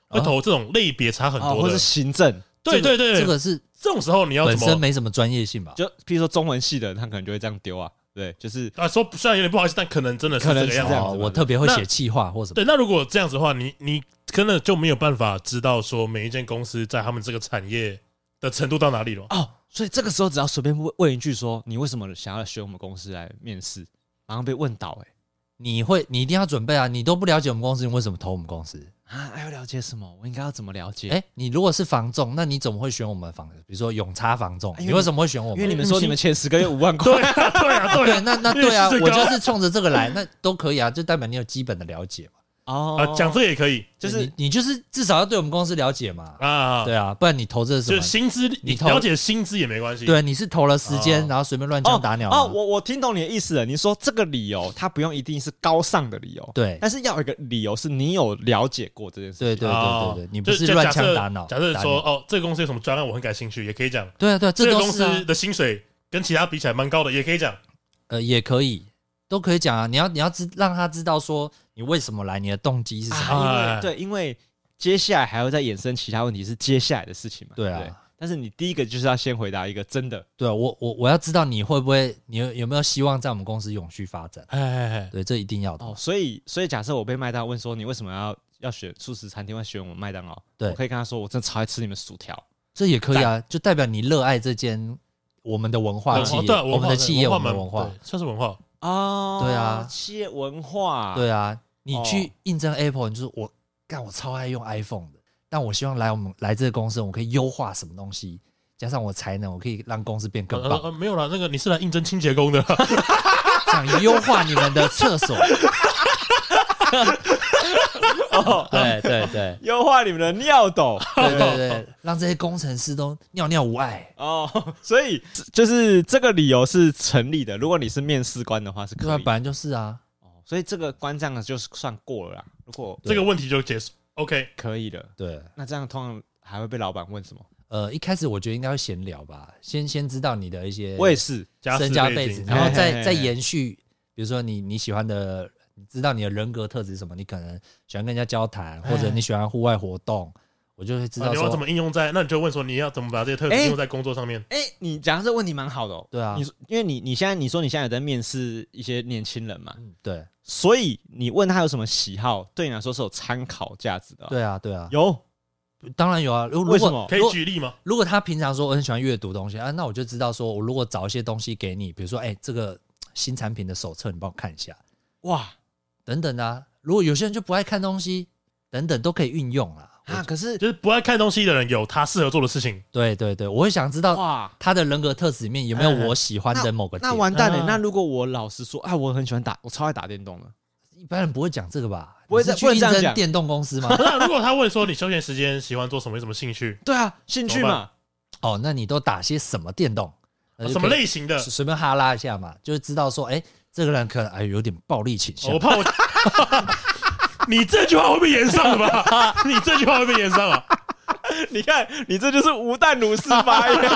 Speaker 3: 啊
Speaker 1: 会投这种类别差很
Speaker 3: 哦
Speaker 2: 啊，
Speaker 1: 多
Speaker 2: 或
Speaker 1: 的。
Speaker 2: 是行政，
Speaker 1: 对对对，
Speaker 3: 这个是
Speaker 1: 这种时候你要
Speaker 3: 本
Speaker 1: 怎
Speaker 3: 身
Speaker 1: 么？
Speaker 3: 没什么专业性吧？
Speaker 2: 就譬如说中文系的，他可能就会这样丢啊，对，就是
Speaker 1: 啊，说虽然有点不好意思，但可能真的是
Speaker 2: 可
Speaker 1: 这
Speaker 2: 能
Speaker 1: 个
Speaker 2: 是
Speaker 1: 样
Speaker 2: 这
Speaker 1: 子。
Speaker 2: 样
Speaker 3: 哦
Speaker 2: 子嘛
Speaker 3: 我特别会
Speaker 1: 那
Speaker 3: 写气话或什么。
Speaker 1: 对，那如果这样子的话，你你真的就没有办法知道说每一间公司在他们这个产业的程度到哪里
Speaker 3: 啊
Speaker 1: 了。
Speaker 2: 哦，所以这个时候只要随便问问一句说你为什么想要选我们公司来面试，马上被问倒诶、
Speaker 3: 你会，你一定要准备啊！你都不了解我们公司，你为什么投我们公司？
Speaker 2: 啊，还要了解什么？我应该要怎么了解？
Speaker 3: 哎、你如果是房仲，那你怎么会选我们房？比如说永差房仲，
Speaker 2: 哎因为
Speaker 3: 你为什么会选我
Speaker 2: 因为
Speaker 3: 们？
Speaker 2: 你们说你们前十个月五万块
Speaker 1: 嗯 对，啊，对啊，对
Speaker 3: 对，
Speaker 1: 啊。
Speaker 3: 那 那
Speaker 1: 因为
Speaker 3: 对啊，
Speaker 1: 是最
Speaker 3: 我
Speaker 1: 高
Speaker 3: 就是冲着这个来，那都可以啊，就代表你有基本的了解嘛。
Speaker 2: 哦
Speaker 1: 啊，讲这个也可以
Speaker 2: 就是
Speaker 3: 你你就是至少要对我们公司了解嘛，
Speaker 1: 啊，
Speaker 3: 对啊，不然你投这是什
Speaker 1: 就是
Speaker 3: 么？
Speaker 1: 薪资，你
Speaker 3: 你投
Speaker 1: 了解薪资也没关系。
Speaker 3: 对，你是投了时间，
Speaker 1: 哦
Speaker 3: 然后随便乱枪打鸟
Speaker 2: 哦。
Speaker 3: 啊
Speaker 2: 哦，我我听懂你的意思了。你说这个理由，它不用一定是高尚的理由，
Speaker 3: 对
Speaker 1: 哎
Speaker 2: 但是要有一个理由是你有了解过这件事。
Speaker 3: 对对对
Speaker 1: 哦
Speaker 3: 对对，你不
Speaker 1: 就是就
Speaker 3: 乱
Speaker 1: 假设
Speaker 3: 枪打鸟。
Speaker 1: 假设
Speaker 3: 打
Speaker 1: 说
Speaker 3: 鸟，
Speaker 1: 哦，这个公司有什么专案，我很感兴趣，也可以讲。
Speaker 3: 对啊对啊，
Speaker 1: 这
Speaker 3: 这
Speaker 1: 个
Speaker 3: 都
Speaker 1: 公
Speaker 3: 是啊
Speaker 1: 司的薪水跟其他比起来蛮高的，也可以讲。
Speaker 3: 呃，也可以，都可以讲啊。你要你要知让他知道说你为什么来，你的动机是什么。
Speaker 2: 啊，因
Speaker 1: 哎
Speaker 2: 为对，因为接下来还要再衍生其他问题，是接下来的事情嘛。
Speaker 3: 对啊
Speaker 2: 不但是你第一个就是要先回答一个真的，
Speaker 3: 对啊，我我我要知道你会不会，你有有没有希望在我们公司永续发展？
Speaker 1: 哎哎哎，
Speaker 3: 对，这一定要的。
Speaker 2: 哦，所以所以假设我被麦当劳问说你为什么要要选素食餐厅，会选我们麦当劳，
Speaker 3: 对
Speaker 2: 我可以跟他说我真的超爱吃你们薯条，
Speaker 3: 这也可以啊，就代表你热爱这间我们的文化
Speaker 1: 文
Speaker 3: 企
Speaker 1: 化
Speaker 3: 业，
Speaker 1: 对啊，
Speaker 3: 我们的企业，我们的文
Speaker 1: 文化
Speaker 3: 化
Speaker 1: 蛮。对算是文化。
Speaker 2: 哦
Speaker 3: 对啊
Speaker 2: 企业文化，
Speaker 3: 对啊，你
Speaker 2: 哦
Speaker 3: 去应征 Apple，你就是我干，我超爱用 iPhone 的，但我希望来我们来这个公司，我可以优化什么东西，加上我才能，我可以让公司变更
Speaker 1: 呃
Speaker 3: 棒
Speaker 1: 呃，呃没有啦，那个你是来应征清洁 工的啦，
Speaker 3: 想优化你们的厕所。
Speaker 2: 哦，
Speaker 3: 对对对
Speaker 2: 优化你们的尿斗。
Speaker 3: 对对对，让这些工程师都尿尿无碍。
Speaker 2: 哦，所以就是这个理由是成立的。如果你是面试官的话，是
Speaker 3: 对啊
Speaker 2: 可，以。
Speaker 3: 本来就是啊。
Speaker 2: 哦，所以这个官这样就是算过了啦。如果
Speaker 1: 这个问题就结束。OK，
Speaker 2: 可以了，
Speaker 3: 对，
Speaker 2: 那这样通常还会被老板问什么？
Speaker 3: 呃，一开始我觉得应该会闲聊吧，先先知道你的一些
Speaker 2: 我也是，
Speaker 1: 家
Speaker 3: 身
Speaker 1: 世
Speaker 3: 家
Speaker 1: 背
Speaker 3: 背景，
Speaker 1: 景哎
Speaker 3: 然后
Speaker 2: 嘿嘿嘿
Speaker 3: 再再
Speaker 2: 嘿
Speaker 3: 延续，比如说你你喜欢的你知道你的人格特质是什么，你可能喜欢跟人家交谈，或者你喜欢户外活动，我就会知
Speaker 1: 啊
Speaker 3: 道
Speaker 1: 你要
Speaker 3: 说
Speaker 1: 怎，么应用在？那你就问说你要怎么把这些特质
Speaker 2: 哎
Speaker 1: 应用在工作上面？
Speaker 2: 哎、你讲的这个问题蛮好的哦。
Speaker 3: 对啊
Speaker 2: 你说因为你你现在你说你现在有在面试一些年轻人嘛，
Speaker 3: 嗯，对，
Speaker 2: 所以你问他有什么喜好，对你来说是有参考价值的哦、
Speaker 3: 对啊，对啊，
Speaker 2: 有
Speaker 3: 当然有啊。如
Speaker 2: 为
Speaker 3: 如
Speaker 2: 什
Speaker 3: 果
Speaker 2: 么
Speaker 1: 可
Speaker 3: 如
Speaker 1: 以
Speaker 3: 果
Speaker 1: 举例吗？
Speaker 3: 如果他平常说我很喜欢阅读东西啊，那我就知道说我如果找一些东西给你，比如说哎、这个新产品的手册你帮我看一下，
Speaker 2: 哇
Speaker 3: 等等啊。如果有些人就不爱看东西，等等都可以运用啦。
Speaker 2: 啊！可是
Speaker 1: 就是不爱看东西的人有他适合做的事情，
Speaker 3: 对对对，我会想知道
Speaker 2: 哇，
Speaker 3: 他的人格特质里面有没有啊我喜欢的某个
Speaker 2: 嗯
Speaker 3: 点
Speaker 2: 那。完蛋了、
Speaker 1: 啊
Speaker 2: 那如果我老实说啊，我很喜欢打，我超爱打电动的。
Speaker 3: 一般人不会讲这个吧？
Speaker 2: 不会
Speaker 3: 你是
Speaker 2: 这不能
Speaker 3: 去应
Speaker 2: 这样
Speaker 3: 征
Speaker 2: 讲
Speaker 3: 电动公司吗？
Speaker 1: 那如果他问说你休闲时间喜欢做什么，有什么兴趣，
Speaker 2: 对啊，兴趣
Speaker 1: 怎么
Speaker 2: 嘛，
Speaker 3: 哦，那你都打些什么 电动？ 那
Speaker 1: 哦
Speaker 3: 就
Speaker 1: 什么
Speaker 3: 可以
Speaker 1: 类型的？
Speaker 3: 随随便哈拉一下嘛，就是知道说，哎、这个人可能哎有点暴力倾向
Speaker 1: 我。怕我， 你这句话会被延上的 吧？你这句话会被延上啊？
Speaker 2: 你看，你这就是无弹如释发 言。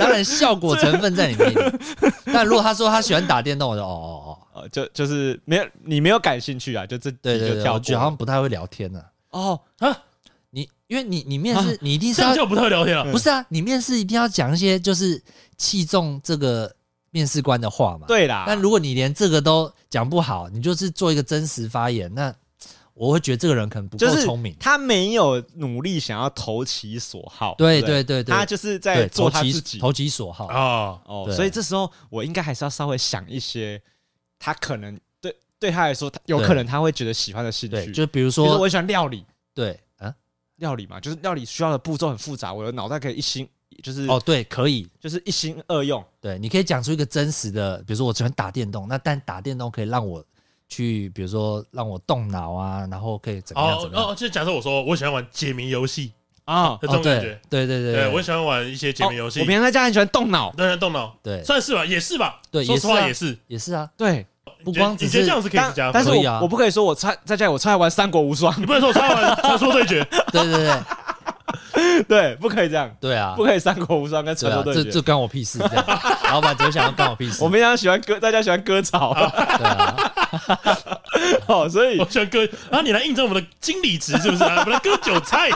Speaker 3: 当然效果成分在 里面。 但如果他说他喜欢打电动，我就哦哦哦，
Speaker 2: 呃，就就是没有你没有感兴趣啊，就这
Speaker 3: 对对
Speaker 2: 你就
Speaker 3: 对，
Speaker 2: 跳
Speaker 3: 我觉得好
Speaker 2: 过
Speaker 3: 像不太会聊天呢、
Speaker 2: 哦，
Speaker 3: 你因为你你面试、你一定是
Speaker 1: 啊这样
Speaker 3: 要
Speaker 1: 就不太会聊天了。
Speaker 3: 不是啊？你面试一定要讲一些就是器重这个面试官的话嘛。。
Speaker 2: 对啦。
Speaker 3: 但如果你连这个都讲不好，你就是做一个真实发言，那我会觉得这个人可能不
Speaker 2: 就
Speaker 3: 够
Speaker 2: 是
Speaker 3: 聪明。
Speaker 2: 他没有努力想要投其所好，
Speaker 3: 对
Speaker 2: 不
Speaker 3: 对对对，
Speaker 2: 他就是在
Speaker 3: 对
Speaker 2: 做
Speaker 3: 投
Speaker 2: 他
Speaker 3: 其
Speaker 2: 自己。
Speaker 3: 投其所好。
Speaker 1: 啊，
Speaker 2: 哦，
Speaker 3: 对
Speaker 2: 所以这时候我应该还是要稍微想一些，他可能对对他来说，他有
Speaker 3: 对
Speaker 2: 可能他会觉得喜欢的兴
Speaker 3: 对，
Speaker 2: 趣，
Speaker 3: 就
Speaker 2: 比
Speaker 3: 比如
Speaker 2: 如说
Speaker 3: 说
Speaker 2: 我喜欢料理，
Speaker 3: 对啊，
Speaker 2: 料理嘛，就是料理需要的步骤很复杂，我的脑袋可以一心就是
Speaker 3: 哦
Speaker 2: 哦，
Speaker 3: 对，可以，
Speaker 2: 就是一心二用。
Speaker 3: 对，你可以讲出一个真实的，比如说我喜欢打电动，那但打电动可以让我去，比如说让我动脑啊，然后可以怎么样
Speaker 1: 哦
Speaker 3: 怎么样。哦
Speaker 1: 哦，就假设我说我喜欢玩解谜游戏
Speaker 2: 啊、哦
Speaker 1: 的这种感
Speaker 3: 对
Speaker 1: 觉，
Speaker 3: 对对对哦
Speaker 1: 对我
Speaker 3: 对
Speaker 1: 喜欢玩一些解谜游戏
Speaker 2: 我，平常在家很喜欢动脑，
Speaker 1: 让人动脑，
Speaker 3: 对，
Speaker 1: 算是吧，也是吧。
Speaker 3: 对
Speaker 1: 说实话也
Speaker 3: 也
Speaker 1: 是，
Speaker 3: 也是啊，
Speaker 2: 对，
Speaker 3: 不光
Speaker 1: 你
Speaker 3: 只
Speaker 1: 觉得你觉
Speaker 3: 是
Speaker 1: 得这样子可以
Speaker 2: 但
Speaker 1: 是加分，
Speaker 2: 但是
Speaker 3: 可
Speaker 2: 我、
Speaker 3: 以啊
Speaker 2: 我不可以说我超在家里我超爱玩三国无双，
Speaker 1: 你不能说我超 玩传说对决，
Speaker 3: 对对对
Speaker 2: 对，不可以这样，
Speaker 3: 对啊
Speaker 2: 不，可以三国无双跟
Speaker 3: 对
Speaker 2: 传
Speaker 3: 啊
Speaker 2: 说，
Speaker 3: 这
Speaker 2: 对决。
Speaker 3: 这关我屁事，这样，老板只想要关我屁 事
Speaker 2: 我，平常喜欢割，大家喜欢割草，
Speaker 3: 对啊，
Speaker 2: 哦，所以
Speaker 1: 我喜欢割，然后你来印证我们的经理值是不是？啊我们来割韭 菜，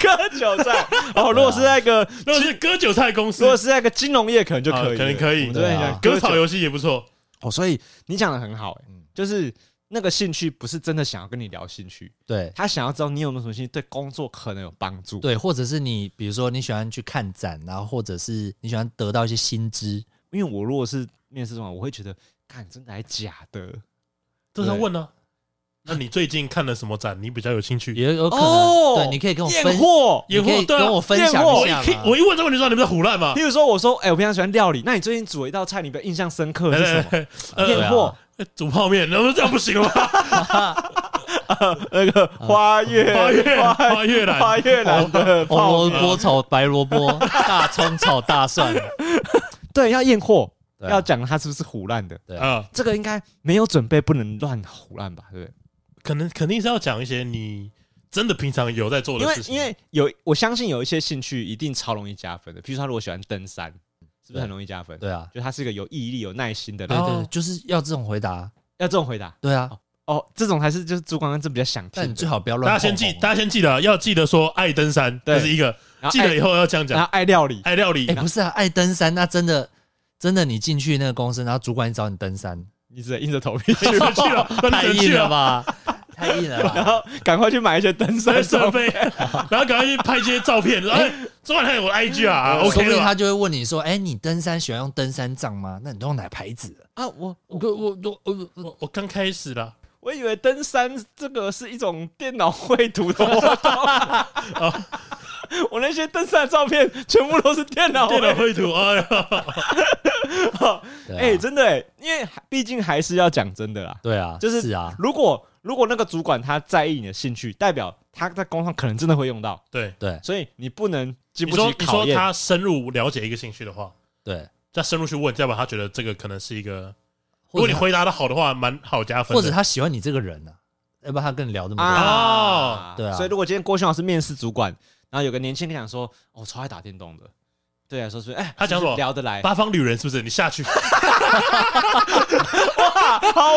Speaker 2: 割韭菜。哦，如果是那个，
Speaker 3: 啊
Speaker 1: 如果是割韭菜公司
Speaker 2: 如，果是那个金融业，可能就可以了，
Speaker 1: 啊可能可以
Speaker 2: 我们真的很喜欢
Speaker 1: 割
Speaker 2: 割
Speaker 1: 草
Speaker 2: 草
Speaker 1: 游戏也不错。
Speaker 2: 哦，所以你讲的很好、欸，
Speaker 3: 嗯
Speaker 2: 就是那个兴趣不是真的想要跟你聊兴趣，
Speaker 3: 对
Speaker 2: 他想要知道你有没有什么兴趣，对工作可能有帮助。
Speaker 3: 对，或者是你比如说你喜欢去看展，然后或者是你喜欢得到一些新知，
Speaker 2: 因为我如果是面试官，我会觉得，看真的还假的？
Speaker 1: 这是要问呢、那你最近看了什么展？你比较有兴趣？
Speaker 3: 也有可能，
Speaker 2: 哦，
Speaker 3: 对，你可以跟我
Speaker 2: 验
Speaker 3: 分，
Speaker 2: 货。
Speaker 3: 你可
Speaker 1: 验
Speaker 3: 以
Speaker 1: 货对啊
Speaker 3: 跟我分享
Speaker 2: 验货
Speaker 3: 一
Speaker 1: 我一
Speaker 3: 下
Speaker 1: 听
Speaker 3: 吗？
Speaker 1: 我一问这个问题，知道你们在胡乱嘛
Speaker 2: 譬？如说，我说，哎、我平常喜欢料理，那你最近煮了一道菜，你比较印象深刻的是什么？
Speaker 1: 呃
Speaker 3: 对
Speaker 2: 验货，
Speaker 1: 煮泡面，然后这样不行了吧？
Speaker 2: 那个花月，
Speaker 1: 花月花月兰
Speaker 2: 花月兰的
Speaker 3: 红
Speaker 2: 泡
Speaker 3: 萝
Speaker 2: 面
Speaker 3: 卜炒白萝卜，大葱炒大蒜，
Speaker 2: 对，要验货，
Speaker 3: 对啊
Speaker 2: 要讲它是不是胡乱的。
Speaker 3: 对
Speaker 1: 啊，
Speaker 2: 这个应该没有准备，不能乱胡乱吧？对不对？
Speaker 1: 可能肯定是要讲一些你真的平常有在做
Speaker 2: 因
Speaker 1: 的
Speaker 2: 为
Speaker 1: 事情。
Speaker 2: 因为有我相信有一些兴趣一定超容易加分的，比如说他如果喜欢登山，是不是很容易加分？
Speaker 3: 对啊，
Speaker 2: 就他是一个有毅力、有耐心的
Speaker 3: 对
Speaker 2: 人。
Speaker 3: 对
Speaker 1: 哦
Speaker 3: 对，就是要这种回答，
Speaker 2: 要这种回答
Speaker 3: 对啊，
Speaker 2: 哦，这种才是就是主观跟这比较想
Speaker 3: 但
Speaker 2: 听
Speaker 3: 你
Speaker 2: 的
Speaker 3: 最。好不要
Speaker 1: 大家
Speaker 3: 乱碰
Speaker 1: 先
Speaker 3: 红红。
Speaker 1: 记，大家先记得要记得说爱登山，
Speaker 2: 对
Speaker 1: 这是一个
Speaker 2: 然后
Speaker 1: 记得
Speaker 2: 爱
Speaker 1: 以，后要这样
Speaker 2: 然
Speaker 1: 讲
Speaker 2: 后。爱料理，
Speaker 1: 爱料理
Speaker 3: 哎，，不是啊，爱登山，那真的真的，你进去那个公司，然后主管找你登山，
Speaker 2: 你只能硬着头皮去，
Speaker 1: 你们去了，那
Speaker 3: 太
Speaker 1: 你只能去啊
Speaker 3: 硬了
Speaker 1: 了。
Speaker 3: 吧？ 太硬了
Speaker 2: 然
Speaker 3: 吧？
Speaker 2: 后赶快去买一些登
Speaker 1: 在
Speaker 2: 山
Speaker 1: 设
Speaker 2: 装备。
Speaker 1: 备，然后赶快去拍一些照片。然后哎，昨晚还有我 IG 啊
Speaker 3: 说
Speaker 1: ，OK
Speaker 3: 不定
Speaker 1: 了吧。
Speaker 3: 他就会问你说：“哎，你登山喜欢用登山杖吗？那你都用哪牌子的
Speaker 2: 啊！我？”
Speaker 3: 我我我我
Speaker 1: 我我刚开始啦，
Speaker 2: 我以为登山这个是一种电脑绘图的 活动，
Speaker 1: 哦
Speaker 2: 我那些登山的照片全部都是电脑绘
Speaker 1: 电脑
Speaker 2: 图
Speaker 1: 绘图，哎呀，
Speaker 2: 哎、
Speaker 3: 对啊
Speaker 2: 真的哎、因为还毕竟还是要讲真的啦。
Speaker 3: 对啊，
Speaker 2: 就是
Speaker 3: 是啊，
Speaker 2: 如果如果那个主管他在意你的兴趣，代表他在工上可能真的会用到，
Speaker 1: 对。
Speaker 3: 对
Speaker 2: 所以你不能经
Speaker 1: 你
Speaker 2: 不
Speaker 1: 说
Speaker 2: 起
Speaker 1: 你
Speaker 2: 考
Speaker 1: 说
Speaker 2: 验。
Speaker 1: 他深入了解一个兴趣的话，
Speaker 3: 对，
Speaker 1: 再深入去问，再把他觉得这个可能是一个，如
Speaker 3: 或
Speaker 1: 果
Speaker 3: 者
Speaker 1: 你
Speaker 3: 他
Speaker 1: 回答的好的话，蛮好加分的。
Speaker 3: 或者他喜欢你这个人呢，要不然他跟你聊这么多。
Speaker 1: 哦
Speaker 3: 对啊
Speaker 2: 所以如果今天郭兄老师面试主管，然后有个年轻人想说，哦，超爱打电动的，对啊，说是哎，
Speaker 1: 他讲
Speaker 2: 是不是
Speaker 1: 什么
Speaker 2: 聊得来，
Speaker 1: 八方旅人是不是？你下去，
Speaker 2: 好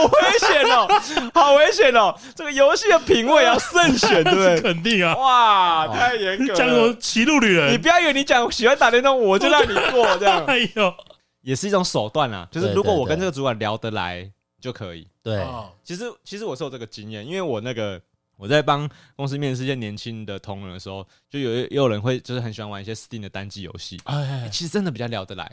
Speaker 2: 危险哦，好危险哦！这个游戏的品味 要慎选， 对不
Speaker 1: 是
Speaker 2: 对？
Speaker 1: 肯定啊，
Speaker 2: 哇，太严格
Speaker 1: 讲什么
Speaker 2: 了！
Speaker 1: 歧路旅
Speaker 2: 啊你
Speaker 1: 人？
Speaker 2: 不要以为你讲喜欢打电动，我就让你过这 样，
Speaker 1: 哎呦，
Speaker 2: 也是一种手段啦。就是
Speaker 3: 对
Speaker 2: 如果
Speaker 3: 对
Speaker 2: 我跟
Speaker 3: 对
Speaker 2: 这个主管聊得来就可以。
Speaker 3: 对，
Speaker 1: 哦
Speaker 2: 其实其实我是有这个经验，因为我那个我在帮公司面试一些年轻的同仁的时候，就有也有人会就是很喜欢玩一些 Steam 的单机游戏，
Speaker 1: 哎，
Speaker 2: 欸其实真的比较聊得来。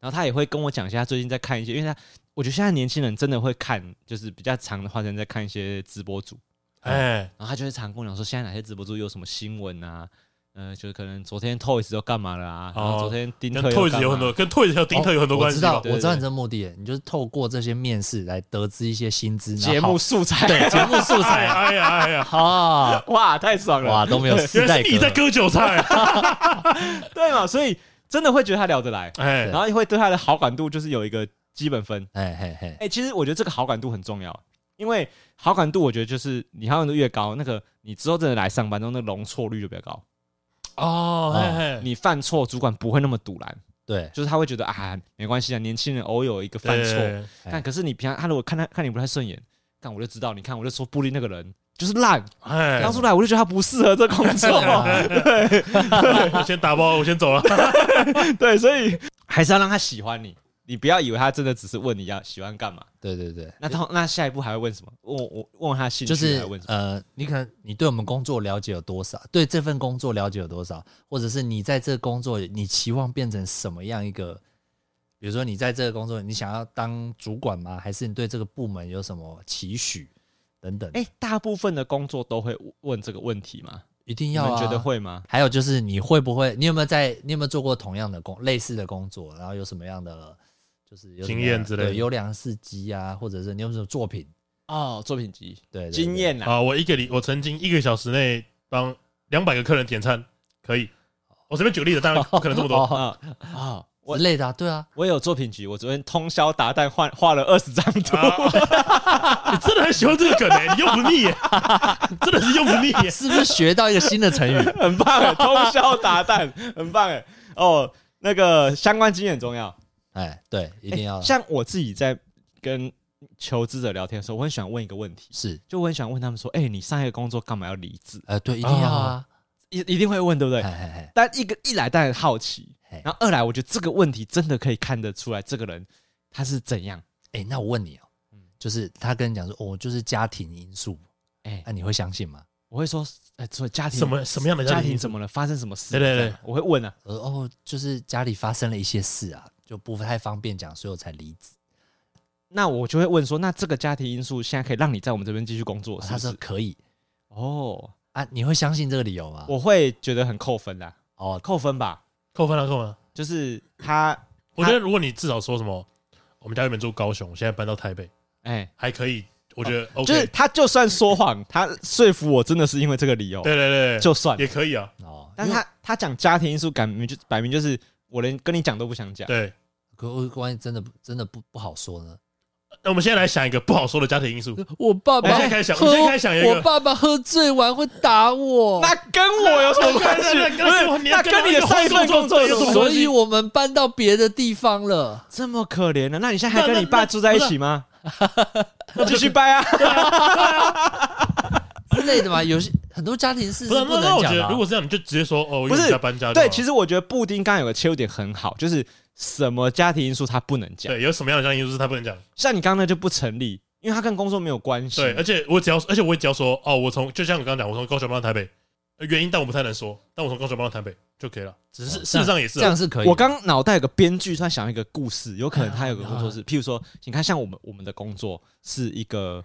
Speaker 2: 然后他也会跟我讲一下他最近在看一些，因为他我觉得现在年轻人真的会看，就是比较长的话，间在看一些直播主，
Speaker 1: 哎，
Speaker 2: 然后他就会常跟我讲说，现在哪些直播主有什么新闻啊？呃，就是可能昨天 Toys 又干嘛了啊？然后昨天丁
Speaker 1: 跟
Speaker 2: 特又
Speaker 1: Toys
Speaker 2: 干
Speaker 1: 有很
Speaker 2: 嘛
Speaker 1: 多，跟 Toys 还有丁特有很多关
Speaker 3: 我
Speaker 1: 系
Speaker 3: 知道，
Speaker 1: 吧。
Speaker 2: 对对
Speaker 3: 哦我知道你这目的，你就是透过这些面试来得知一些薪资
Speaker 2: 节目素材，
Speaker 3: 对节目素
Speaker 1: 哎呀
Speaker 3: 材
Speaker 1: 哎呀哎呀，
Speaker 3: 啊，
Speaker 2: 哇，太爽了！
Speaker 3: 哇都没有
Speaker 1: 原
Speaker 3: 世代
Speaker 1: 来
Speaker 3: 隔
Speaker 1: 是你在割韭菜。
Speaker 2: 对嘛，所以真的会觉得他聊得来，
Speaker 1: 哎
Speaker 2: 然，后也会对他的好感度就是有一个基本分。
Speaker 3: 哎嘿嘿，
Speaker 2: 哎、其实我觉得这个好感度很重要，因为好感度，我觉得就是你好感度越高，那个你之后真的来上班之后，那容错率就比较高。
Speaker 1: 哦，
Speaker 3: 啊
Speaker 1: 哎哎，
Speaker 2: 你犯错，主管不会那么堵拦，
Speaker 3: 对，
Speaker 2: 就是他会觉得啊，没关系啊，年轻人偶有一个犯
Speaker 1: 对
Speaker 2: 错。
Speaker 1: 对
Speaker 2: 但可是你平常他如果看他看你不太顺眼，但我就知道，你看我就说布利那个人就是烂，
Speaker 1: 哎，
Speaker 2: 当初来我就觉得他不适合这工作，
Speaker 1: 我先打包，我先走了。啊
Speaker 2: 对，所以还是要让他喜欢你。你不要以为他真的只是问你要喜欢干嘛，
Speaker 3: 对对对，
Speaker 2: 那他那下一步还会问什么？问我我问他兴趣，
Speaker 3: 就是
Speaker 2: 还问什么？
Speaker 3: 呃，你可能你对我们工作了解有多少，对这份工作了解有多少，或者是你在这个工作你期望变成什么样一个？比如说你在这个工作，你想要当主管吗？还是你对这个部门有什么期许等等？
Speaker 2: 哎、大部分的工作都会问这个问题吗？
Speaker 3: 一定
Speaker 2: 你
Speaker 3: 要、
Speaker 2: 们
Speaker 3: 啊、
Speaker 2: 觉得会吗？
Speaker 3: 还有就是你会不会，你有没有在，你有没有做过同样的工类似的工作，然后有什么样的就是有什么
Speaker 1: 经
Speaker 3: 样
Speaker 1: 验之类的
Speaker 3: 对优良事迹啊，或者是你有什么作品？
Speaker 2: 哦，作品集
Speaker 3: 对对对
Speaker 2: 经验啦，
Speaker 1: 啊，我一个礼，我曾经一个小时内帮两百个客人点餐，可以。我随便举个例子，当然不可能这么多。
Speaker 3: 哦
Speaker 2: 啊啊！我
Speaker 3: 之类的啊，对啊，
Speaker 2: 我有作品集，我昨天通宵达旦 画画了二十张图，
Speaker 1: 啊你真的很喜欢这个梗诶、你用不腻、耶，真的是用不腻、耶。
Speaker 3: 是不是学到一个新的成语？
Speaker 2: 很棒哎，通宵达旦， 很棒哎。哦，那个相关经验很重要，
Speaker 3: 哎，对，一
Speaker 2: 一
Speaker 3: 定要、
Speaker 2: 像我自己在跟求职者聊天的时候，我很喜欢问一个问题，
Speaker 3: 是，
Speaker 2: 就我很想问他们说，哎，你上一个工作干嘛要离职？
Speaker 3: 呃，对，一定
Speaker 1: 哦
Speaker 3: 要啊，
Speaker 2: 一一定会问，对不对
Speaker 3: 哎？哎哎，
Speaker 2: 但一个一来当然好奇
Speaker 3: 嘿，
Speaker 2: 然后二来我觉得这个问题真的可以看得出来这个人他是怎样。
Speaker 3: 哎，那我问你哦，
Speaker 1: 嗯
Speaker 3: 就是他跟你讲说，哦，就是家庭因素，
Speaker 2: 哎、
Speaker 3: 那、你会相信吗？
Speaker 2: 我会说，哎、所以家庭
Speaker 1: 什么什么样的
Speaker 2: 家
Speaker 1: 家
Speaker 2: 庭
Speaker 1: 庭？
Speaker 2: 怎么了？发生什么事？
Speaker 1: 对对对
Speaker 2: 这样，我会问啊。
Speaker 3: 呃，哦，就是家里发生了一些事啊，就不太方便讲，所以我才离职。
Speaker 2: 那我就会问说，那这个家庭因素现在可以让你在我们这边继续工
Speaker 1: 哦
Speaker 2: 作，
Speaker 3: 啊
Speaker 2: 是
Speaker 3: 他
Speaker 2: 不是
Speaker 3: 说？可以
Speaker 2: 哦，
Speaker 3: 啊，你会相信这个理由吗？
Speaker 2: 我会觉得很扣分啦，
Speaker 3: 哦，
Speaker 2: 扣分吧，
Speaker 1: 扣分了，扣分了。
Speaker 2: 就是他，
Speaker 1: 我觉得如果你至少说什么，我们家原本住高雄，我现在搬到台北，
Speaker 2: 哎、
Speaker 1: 还可以，我觉得 OK。
Speaker 2: 哦就是他就算说谎，他说服我真的是因为这个理由，
Speaker 1: 对对对，对
Speaker 2: 就算。
Speaker 1: 也可以啊。
Speaker 3: 哦，
Speaker 2: 但是他他讲家庭因素，感明就摆明就是我连跟你讲都不想讲。
Speaker 1: 对，
Speaker 3: 可我关于真的不真的不不好说呢。
Speaker 1: 那我们现在来想一个不好说的家庭因素。
Speaker 3: 我爸
Speaker 1: 我们现在开始想，我们现在开始想一个。
Speaker 3: 爸爸喝醉完会打我
Speaker 2: 那跟我有什么关系？
Speaker 1: 那
Speaker 2: 不
Speaker 1: 那那
Speaker 2: 是
Speaker 1: 你
Speaker 2: 哦那
Speaker 1: 要
Speaker 2: 跟你的上一份工作有什么
Speaker 1: 所
Speaker 2: 关
Speaker 1: 以
Speaker 2: 系？
Speaker 3: 我们搬到别的地方了。
Speaker 2: 这么可怜的，那你现在还
Speaker 1: 那
Speaker 2: 跟你爸
Speaker 1: 那
Speaker 2: 住在一起吗？ 继续掰 啊！
Speaker 3: 之类的嘛，有些很多家庭事
Speaker 1: 不是，那那
Speaker 3: 能
Speaker 1: 我觉
Speaker 3: 讲的
Speaker 1: 得
Speaker 3: 啊
Speaker 1: 如果这样，你就直接说哦，我
Speaker 2: 不是
Speaker 1: 家搬家就好了。
Speaker 2: 对，其实我觉得布丁刚刚有个切入点很好，就是什么家庭因素他不能讲，
Speaker 1: 对有什么样的家庭因素是他不能讲？
Speaker 2: 像你刚刚那就不成立，因为他跟工作没有关系。
Speaker 1: 对，而且我只要，而且我也只要说，哦，我从就像我刚刚讲，我从高雄搬到台北，呃原因但我不太能说，但我从高雄搬到台北就可以了。只是
Speaker 3: 哦
Speaker 1: 事实上也是
Speaker 3: 这
Speaker 1: 啊，
Speaker 3: 样是可以的。
Speaker 2: 我刚脑袋有个编剧，突然想到一个故事，有可能他有个工作是，譬如说，你看像我们我们的工作是一个，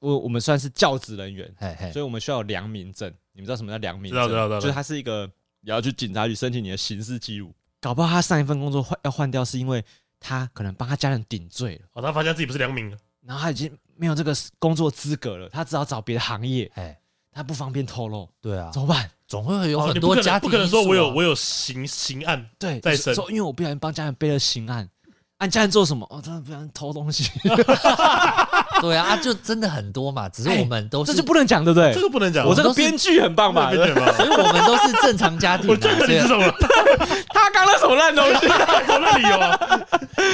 Speaker 2: 我我们算是教职人员，
Speaker 3: 嘿嘿
Speaker 2: 所以我们需要有良民证。你们知道什么叫良民
Speaker 1: 知道
Speaker 2: 证？
Speaker 1: 知道知道
Speaker 2: 就是他是一个你要去警察局申请你的刑事记录，搞不好他上一份工作换要换掉，是因为他可能帮他家人顶罪了，
Speaker 1: 哦，他发现自己不是良民了，
Speaker 2: 然后他已经没有这个工作资格了，他只好找别的行业，
Speaker 3: 哎，
Speaker 2: 他不方便透露，
Speaker 3: 对啊
Speaker 2: 怎，么办？
Speaker 3: 总会有
Speaker 1: 哦
Speaker 3: 很
Speaker 1: 你
Speaker 3: 多
Speaker 1: 不可
Speaker 3: 家
Speaker 1: 能
Speaker 3: 庭
Speaker 1: 不可能说
Speaker 3: 因素啊
Speaker 1: 我有我有刑刑案，
Speaker 2: 对，
Speaker 1: 再
Speaker 2: 说
Speaker 1: 审
Speaker 2: 说因为我不小心帮家人背了刑案，啊，你家人做什么？哦，他不小心偷 东西，
Speaker 1: 啊
Speaker 3: 对啊，啊就真的很多嘛，只是我们都
Speaker 2: 哎这
Speaker 3: 是，
Speaker 2: 就不能讲，对不对
Speaker 3: 哎
Speaker 1: 这？个不能讲。
Speaker 2: 我这
Speaker 3: 都
Speaker 2: 个
Speaker 3: 是
Speaker 2: 编剧很棒
Speaker 1: 我
Speaker 2: 吧？
Speaker 1: 被
Speaker 2: 对
Speaker 1: 卷吧
Speaker 3: 所以我们都是正常家庭
Speaker 1: 我
Speaker 3: 啊，
Speaker 1: 真的你
Speaker 3: 所以
Speaker 1: 是什么？
Speaker 2: 他刚刚那什么烂东西？
Speaker 1: 我那理由 啊，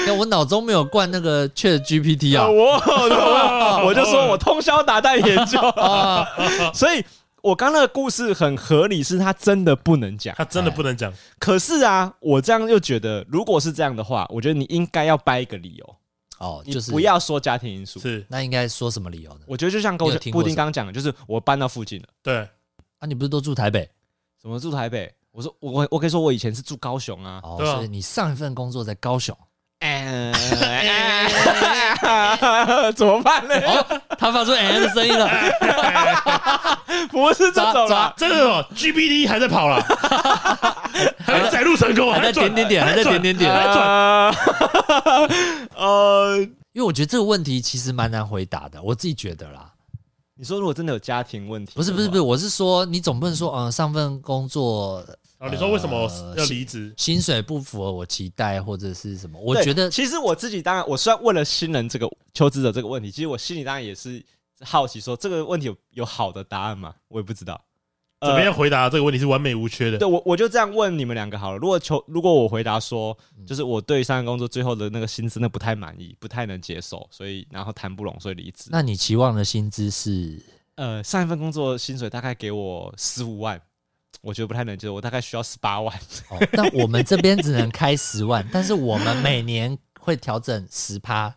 Speaker 3: 哎我脑中没有灌那个 Chat GPT 啊。
Speaker 2: 我我我就说我通宵达旦研究，
Speaker 3: 啊，
Speaker 2: 所以我刚那个故事很合理，是他真的不能讲。
Speaker 1: 他真的不能
Speaker 3: 哎
Speaker 1: 讲，
Speaker 2: 可是啊，我这样又觉得，如果是这样的话，我觉得你应该要掰一个理由，
Speaker 3: 哦，
Speaker 2: 你
Speaker 3: 就是
Speaker 2: 不。要说家庭因素。
Speaker 1: 是
Speaker 3: 那应该说什么理由呢？
Speaker 2: 我觉得就像跟
Speaker 3: 你
Speaker 2: 我
Speaker 3: 有听过
Speaker 2: 布丁刚刚讲的，就是我搬到附近了，
Speaker 1: 对，
Speaker 3: 啊，你不是都住台北？
Speaker 2: 怎么住台北？我说我我可以说我以前是住高雄啊，
Speaker 3: 哦，
Speaker 1: 对啊
Speaker 3: 所以你上一份工作在高雄。
Speaker 2: 哎哎怎么办呢？
Speaker 3: 哦，他发出 M 的声音了。
Speaker 2: 不是这种啊啦
Speaker 3: 抓，
Speaker 1: 这个哦 GBD 还在跑 啦，还在载入成功，
Speaker 3: 还在
Speaker 1: 转
Speaker 3: 点点点，还在点点点。
Speaker 2: 呃，呃，
Speaker 3: 因为我觉得这个问题其实蛮难回答的，我自己觉得啦。
Speaker 2: 你说如果真的有家庭问题，
Speaker 3: 不是不是不是，，我是说你总不能说，嗯、上份工作
Speaker 1: 啊，你说为什么
Speaker 3: 呃
Speaker 1: 要离职？
Speaker 3: 薪水不符合我期待或者是什么？我
Speaker 2: 对
Speaker 3: 觉得
Speaker 2: 其实我自己当然，我虽然为了新人这个求职者这个问题，其实我心里当然也是好奇说这个问题有有好的答案吗？我也不知道，呃
Speaker 1: 怎
Speaker 3: 呃
Speaker 1: 么样回答这个问题是完美无缺的
Speaker 2: 对？我我就这样问你们两个好了。如果求如果我回答说，
Speaker 3: 嗯
Speaker 2: 就是我对上一个工作最后的那个薪资呢不太满意，不太能接受，所以然后谈不拢，所以离职。
Speaker 3: 那你期望的薪资是
Speaker 2: 呃，上一份工作薪水大概给我十五万，我觉得不太能接受，我大概需要十八万。
Speaker 3: 哦，但我们这边只能开十万，但是我们每年会调整十趴，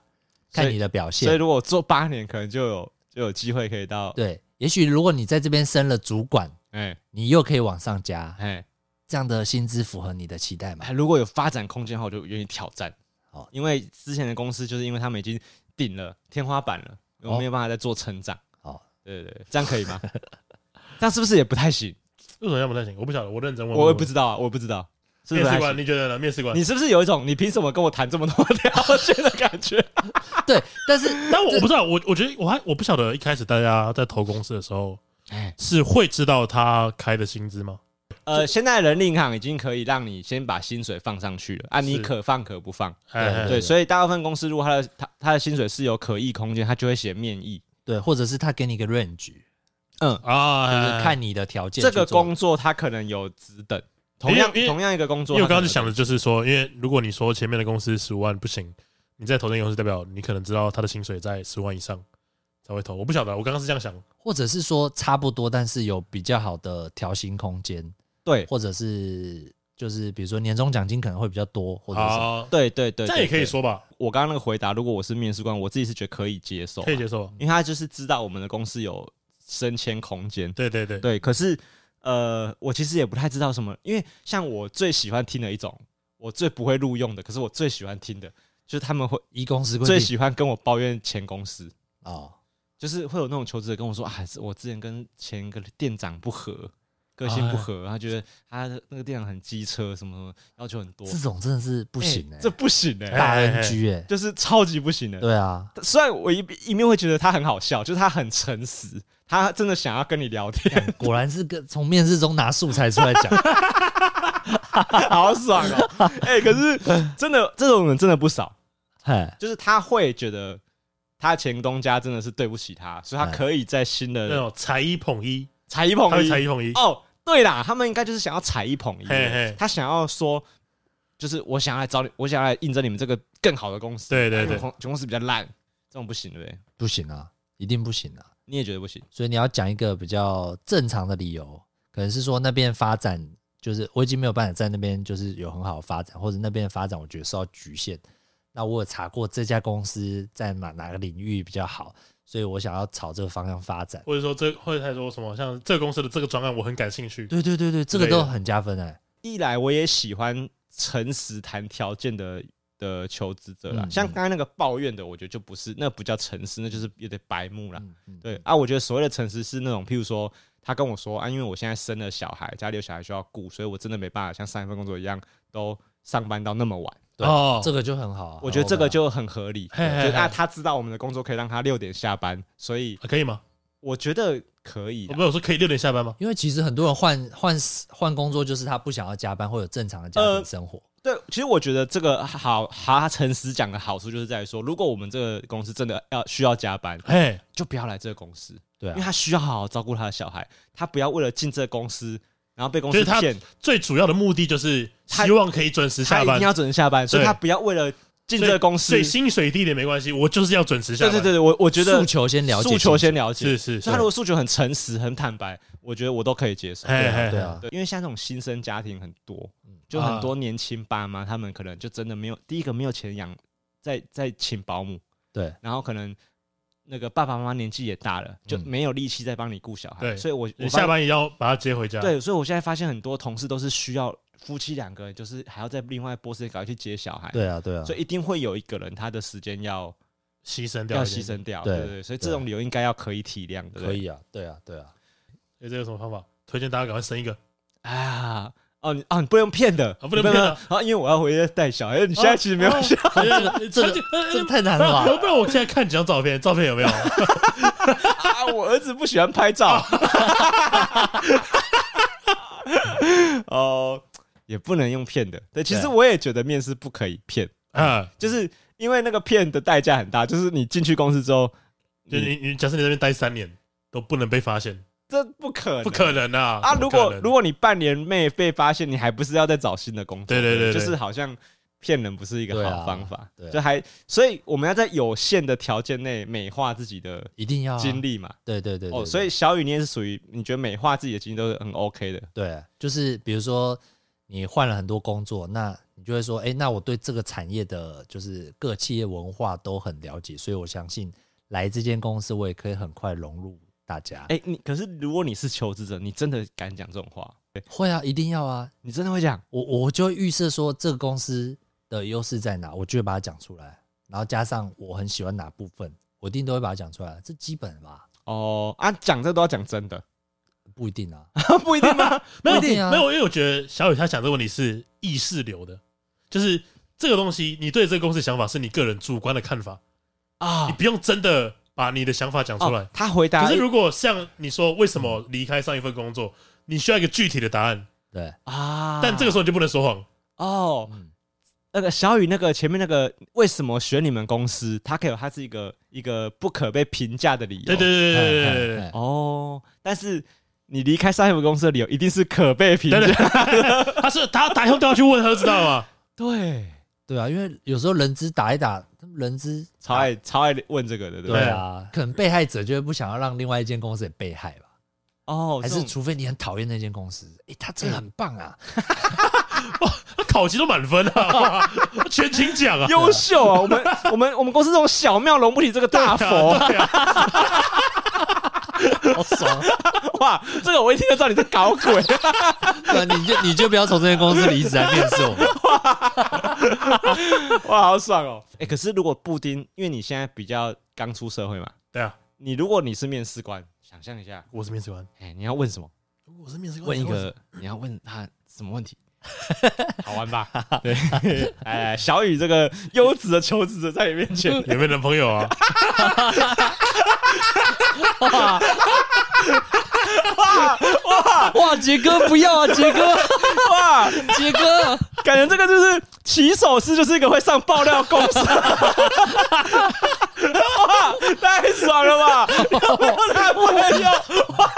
Speaker 2: 所
Speaker 3: 看
Speaker 2: 以
Speaker 3: 你的表
Speaker 2: 所以
Speaker 3: 现。
Speaker 2: 如果我做八年，可能就有就有机会可以到，
Speaker 3: 对，也许如果你在这边升了主管，
Speaker 2: 哎
Speaker 3: 你又可以往上加，
Speaker 2: 哎
Speaker 3: 这样的薪资符合你的期待吗
Speaker 2: 哎，？如果有发展空间的话，我就愿意挑战。
Speaker 3: 哦
Speaker 2: 因为之前的公司就是因为他们已经顶了天花板了，我
Speaker 3: 哦
Speaker 2: 没有办法再做成长。
Speaker 3: 哦，
Speaker 2: 对对对，这样可以吗？ 这样是不是也不太行？
Speaker 1: 为什么要不太行？我不晓得，我认真问。
Speaker 2: 我也不知道啊，我也不知道，是不是
Speaker 1: 面
Speaker 2: 不太
Speaker 1: 试官，
Speaker 2: 行？
Speaker 1: 你觉得呢？面试官，
Speaker 2: 你是不是有一种你凭什么跟我谈这么多条件的感觉？
Speaker 3: 对，但是
Speaker 1: 但我我不知道，我我觉得我还我不晓得一开始大家在投公司的时候
Speaker 2: 哎，
Speaker 1: 是会知道他开的薪资吗？
Speaker 2: 呃，现在人力银行已经可以让你先把薪水放上去了啊，你
Speaker 1: 是
Speaker 2: 可放可不放。
Speaker 1: 哎，
Speaker 2: 对，所以大部分公司如果他的他他的薪水是有可议空间，他就会写面议。
Speaker 3: 对，或者是他给你一个 range，
Speaker 2: 嗯，
Speaker 1: 啊，
Speaker 3: 就
Speaker 1: 哎
Speaker 3: 是看你的条件
Speaker 2: 这
Speaker 3: 去做。
Speaker 2: 个工作他可能有职等，同样
Speaker 1: 因为
Speaker 2: 同样一个工
Speaker 1: 因
Speaker 2: 作，
Speaker 1: 为我
Speaker 2: 他
Speaker 1: 刚
Speaker 2: 可
Speaker 1: 刚
Speaker 2: 能
Speaker 1: 就想的就是说，因为如果你说前面的公司十五万不行，你再投这个公司，代表你可能知道他的薪水在十万以上才会投。我不晓得，我刚刚是这样想。
Speaker 3: 或者是说差不多，但是有比较好的调薪空间，
Speaker 2: 对
Speaker 3: 或者是就是比如说年终奖金可能会比较多，或者是什么、
Speaker 1: 啊，
Speaker 2: 对对对，
Speaker 1: 这样也
Speaker 2: 对
Speaker 1: 可以。
Speaker 2: 对
Speaker 1: 说吧，
Speaker 2: 我刚刚那个回答，如果我是面试官，我自己是觉得可以接受啊，
Speaker 1: 可以接受吧。
Speaker 2: 因为他就是知道我们的公司有升迁空间。
Speaker 1: 对对对，
Speaker 2: 对，可是呃，我其实也不太知道什么，因为像我最喜欢听的一种，我最不会录用的，可是我最喜欢听的，就是他们会
Speaker 3: 一公司规
Speaker 2: 最
Speaker 3: 定
Speaker 2: 喜欢跟我抱怨前公司。
Speaker 3: 哦，
Speaker 2: 就是会有那种求职者跟我说啊，是我之前跟前一个店长不合，个性不合，他觉得他的那个店长很机车，什么什么要求很多，
Speaker 3: 这种真的是不行哎、
Speaker 2: 这不行哎、
Speaker 1: 哎
Speaker 3: 大 NG 哎、
Speaker 2: 就是超级不行的、
Speaker 3: 对啊，
Speaker 2: 虽然我一一面会觉得他很好笑，就是他很诚实，他真的想要跟你聊天，
Speaker 3: 果然是个从面试中拿素材出来讲，
Speaker 2: 好爽哦、哎、可是真的这种人真的不少，
Speaker 3: 嘿，
Speaker 2: 就是他会觉得他前东家真的是对不起他，所以他
Speaker 3: 哎
Speaker 2: 可以在新
Speaker 1: 那
Speaker 2: 的
Speaker 1: 种才一捧一，
Speaker 2: 才艺
Speaker 1: 哦他
Speaker 2: 捧
Speaker 1: 会
Speaker 2: 一
Speaker 1: 才一捧一。
Speaker 2: 哦，对啦，他们应该就是想要踩一捧一，
Speaker 1: 嘿嘿
Speaker 2: 他想要说，就是我想要来找你，我想要来应征你们这个更好的公司，
Speaker 1: 对对
Speaker 2: 但
Speaker 1: 对
Speaker 2: 是公公司比较烂，这种不行对不对？
Speaker 3: 不行啊，一定不行啊。
Speaker 2: 你也觉得不行？
Speaker 3: 所以你要讲一个比较正常的理由，可能是说那边发展就是我已经没有办法在那边就是有很好的发展，或者那边的发展我觉得受到局限。那我有查过这家公司在哪哪个领域比较好，所以我想要朝这个方向发展。
Speaker 1: 或者说这，或者他说什么，像这个公司的这个专案，我很感兴趣。
Speaker 3: 对对对对，这个
Speaker 1: 之类的
Speaker 3: 都很加分哎、
Speaker 2: 一来我也喜欢诚实谈条件的的求职者啦，
Speaker 3: 嗯
Speaker 2: 像
Speaker 3: 嗯
Speaker 2: 刚才那个抱怨的，我觉得就不是，那不叫诚实，那就是有点白目啦。
Speaker 3: 嗯嗯
Speaker 2: 对啊，我觉得所谓的诚实是那种，譬如说他跟我说啊，因为我现在生了小孩，家里有小孩需要顾，所以我真的没办法像上一份工作一样都上班到那么晚。
Speaker 3: 对，
Speaker 1: 哦
Speaker 3: 这个就很好啊、
Speaker 2: 我觉得这个就很合理。
Speaker 1: 嘿嘿
Speaker 2: 就
Speaker 1: 嘿
Speaker 2: 那他知道我们的工作可以让他六点下班，所以
Speaker 1: 啊可以吗？
Speaker 2: 我觉得可以
Speaker 1: 我
Speaker 2: 啊。
Speaker 1: 没有说可以六点下班吗？
Speaker 3: 因为其实很多人换换换工作，就是他不想要加班，会有正常的家庭
Speaker 2: 呃
Speaker 3: 生活。
Speaker 2: 对，其实我觉得这个好好，他诚实讲的好处就是在于说，如果我们这个公司真的要需要加班，
Speaker 1: 哎，
Speaker 2: 就不要来这个公司，
Speaker 3: 对
Speaker 2: 因为
Speaker 3: 啊，
Speaker 2: 他需要好好照顾他的小孩，他不要为了进这个公司然后被公
Speaker 1: 就
Speaker 2: 司
Speaker 1: 是他
Speaker 2: 骗，
Speaker 1: 最主要的目的就是
Speaker 2: 他
Speaker 1: 希望可以准时
Speaker 2: 他
Speaker 1: 下
Speaker 2: 一
Speaker 1: 班
Speaker 2: 定，要准时下班，所以
Speaker 1: 对
Speaker 2: 他不要为了
Speaker 1: 所
Speaker 2: 进
Speaker 1: 以
Speaker 2: 这个公司
Speaker 1: 所以。薪水低一点没关系，我就是要准时下
Speaker 2: 对
Speaker 1: 班。
Speaker 2: 对对，对我我觉得
Speaker 3: 诉求先了解
Speaker 2: 诉求先了解。
Speaker 1: 是是是
Speaker 2: 所以他如果诉求很诚实、很坦白，我觉得我都可以接受。
Speaker 1: 嘿
Speaker 3: 对啊
Speaker 1: 嘿啊
Speaker 3: 对
Speaker 1: 嘿，
Speaker 3: 啊，嗯
Speaker 2: 对，因为像这种新生家庭很多，就很多年轻爸妈，他们可能就真的没有第一个没有钱养，在在请保姆，
Speaker 3: 对，
Speaker 2: 然后可能那个爸爸妈妈年纪也大了，就
Speaker 3: 嗯
Speaker 2: 没有力气再帮你顾小孩，
Speaker 1: 对
Speaker 2: 所以我我
Speaker 1: 你
Speaker 2: 发
Speaker 1: 下班也啊要把他接回家。
Speaker 2: 对，所以我现在发现很多同事都是需要夫妻两个人，就是还要再另外拨时间赶快去接小孩，，
Speaker 3: 对啊，对啊，
Speaker 2: 哎所以一定会有一个人他的时间要
Speaker 1: 牺牲掉
Speaker 2: 要
Speaker 1: 一点啊
Speaker 2: 牺。牲掉，
Speaker 3: 对
Speaker 2: 对对，所以这种理由应该要可以体谅，对不对
Speaker 3: 可以啊，对啊，对啊，
Speaker 1: 哎，这有什么方法？推荐大家赶快生一个。
Speaker 2: 啊。哦，你哦，你不能用骗的，
Speaker 1: 啊不能
Speaker 2: 你
Speaker 1: 骗的
Speaker 2: 啊，因为我要回去带小孩，你现在其实没有
Speaker 1: 哦
Speaker 2: 小孩，
Speaker 1: 这
Speaker 3: 这这个这个太难了
Speaker 1: 不
Speaker 3: 吧？
Speaker 1: 然我现在看几张照片，照片有没有？
Speaker 2: 啊，我儿子不喜欢拍照。 哦，也不能用骗的。对，其实
Speaker 3: 对
Speaker 2: 我也觉得面试不可以骗，
Speaker 1: 啊，
Speaker 2: 就是因为那个骗的代价很大，就是你进去公司之后，
Speaker 1: 就你你假设你在那边待三年都不能被发现，
Speaker 2: 这不可能，
Speaker 1: 不可能啊！
Speaker 2: 啊！如果如
Speaker 1: 果
Speaker 2: 果你半年内被发现，你还不是要再找新的工作？
Speaker 1: 对对对对
Speaker 2: 就是好像骗人不是一个
Speaker 3: 对啊
Speaker 2: 好方法，
Speaker 3: 对啊
Speaker 2: 就还所以我们要在有限的条件内美化自己的
Speaker 3: 一定要啊
Speaker 2: 经，历嘛。
Speaker 3: 对对对对
Speaker 2: 哦，所以小雨你也是属于你觉得美化自己的经历都是很 OK 的，
Speaker 3: 对，就是比如说你换了很多工作，那你就会说，哎、那我对这个产业的，就是各企业文化都很了解，所以我相信来这间公司，我也可以很快融入大家。
Speaker 2: 哎、你可是如果你是求职者，你真的敢讲这种话？哎
Speaker 3: 会啊，一定要啊，
Speaker 2: 你真的会讲？
Speaker 3: 我我就会预设说这个公司的优势在哪，我就会把它讲出来，然后加上我很喜欢哪部分，我一定都会把它讲出来，这基本吧，
Speaker 2: 哦啊，讲这都要讲真的，
Speaker 3: 不一定啊，
Speaker 2: 不一定吗？
Speaker 1: 没有
Speaker 3: 不一定啊
Speaker 1: 没有，因为我觉得小雨他想这个问题是意识流的，就是这个东西，你对这个公司的想法是你个人主观的看法，
Speaker 2: 啊
Speaker 1: 你不用真的把你的想法讲出来
Speaker 2: 哦。，他回答
Speaker 1: 可是如果像你说为什么离开上一份工作，你需要一个具体的答案，
Speaker 3: 对，
Speaker 2: 啊，
Speaker 1: 但这个时候你就不能说谎。
Speaker 2: 哦，
Speaker 3: 嗯，
Speaker 2: 那个小雨那个前面那个为什么选你们公司，他可以有他是一个一个不可被评价的理由，
Speaker 1: 对对 对对对对对
Speaker 3: 哎哎哎
Speaker 2: 哦，但是你离开三福公司的理由一定是可被评
Speaker 1: 对
Speaker 2: 价，
Speaker 1: 对， 他是他打以后都要去问，他就知道嘛。
Speaker 2: 对，
Speaker 3: 对啊，因为有时候人资打一打，他们人资
Speaker 2: 超爱超爱问这个的，对不
Speaker 3: 对
Speaker 2: 对？
Speaker 3: 啊，可能被害者就会不想要让另外一间公司也被害吧，
Speaker 2: 哦，
Speaker 3: 还
Speaker 2: 这
Speaker 3: 是
Speaker 2: 种
Speaker 3: 除非你很讨厌那间公司，诶，他真的
Speaker 1: 嗯
Speaker 3: 很棒啊，
Speaker 1: 他考级都满分啊，他全勤奖啊，
Speaker 2: 优秀啊！我们 我们我们公司这种小庙容不起这个大佛，啊
Speaker 3: 好爽！啊
Speaker 2: 哇！这个我一听就知道你在搞 鬼，
Speaker 3: 那啊你就你就不要从这间公司离职来面试我们，
Speaker 2: 哇，好爽哦！哎，可是如果布丁，因为你现在比较刚出社会嘛，
Speaker 1: 对啊，
Speaker 2: 你如果你是面试官，想象一下，
Speaker 1: 我是面试官，
Speaker 2: 哎，你要问什么？
Speaker 1: 我是面试官，
Speaker 2: 问一个，你要问他什么问题？ 好玩吧？ 对，哎，小雨这个优质的求职者在你面前，
Speaker 1: 有没有男朋友啊？
Speaker 3: 哇，杰哥不要啊，杰哥，
Speaker 2: 哇，
Speaker 3: 杰 哥，
Speaker 2: 感觉这个就是起手式，就是一个会上爆料公司。 哇，太爽了吧！我男朋友，哇，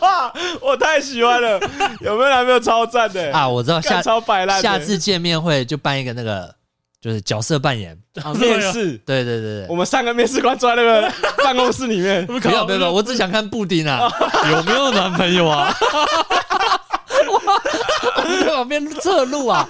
Speaker 2: 哇，我太喜欢了，有没有男朋友超赞的
Speaker 3: 啊，我知道
Speaker 2: 干
Speaker 3: 下
Speaker 2: 超摆烂的，
Speaker 3: 下次见面会就办一个那个就是角色扮演，
Speaker 2: 啊面试，
Speaker 3: 对对对
Speaker 2: 我
Speaker 3: 对，
Speaker 2: 们三个面试官坐在那个办公室里面，
Speaker 1: 不
Speaker 3: 不要不要不要，我只想看布丁啊，
Speaker 2: 哦
Speaker 3: 有没有男朋友啊？哇，我在旁边侧录啊，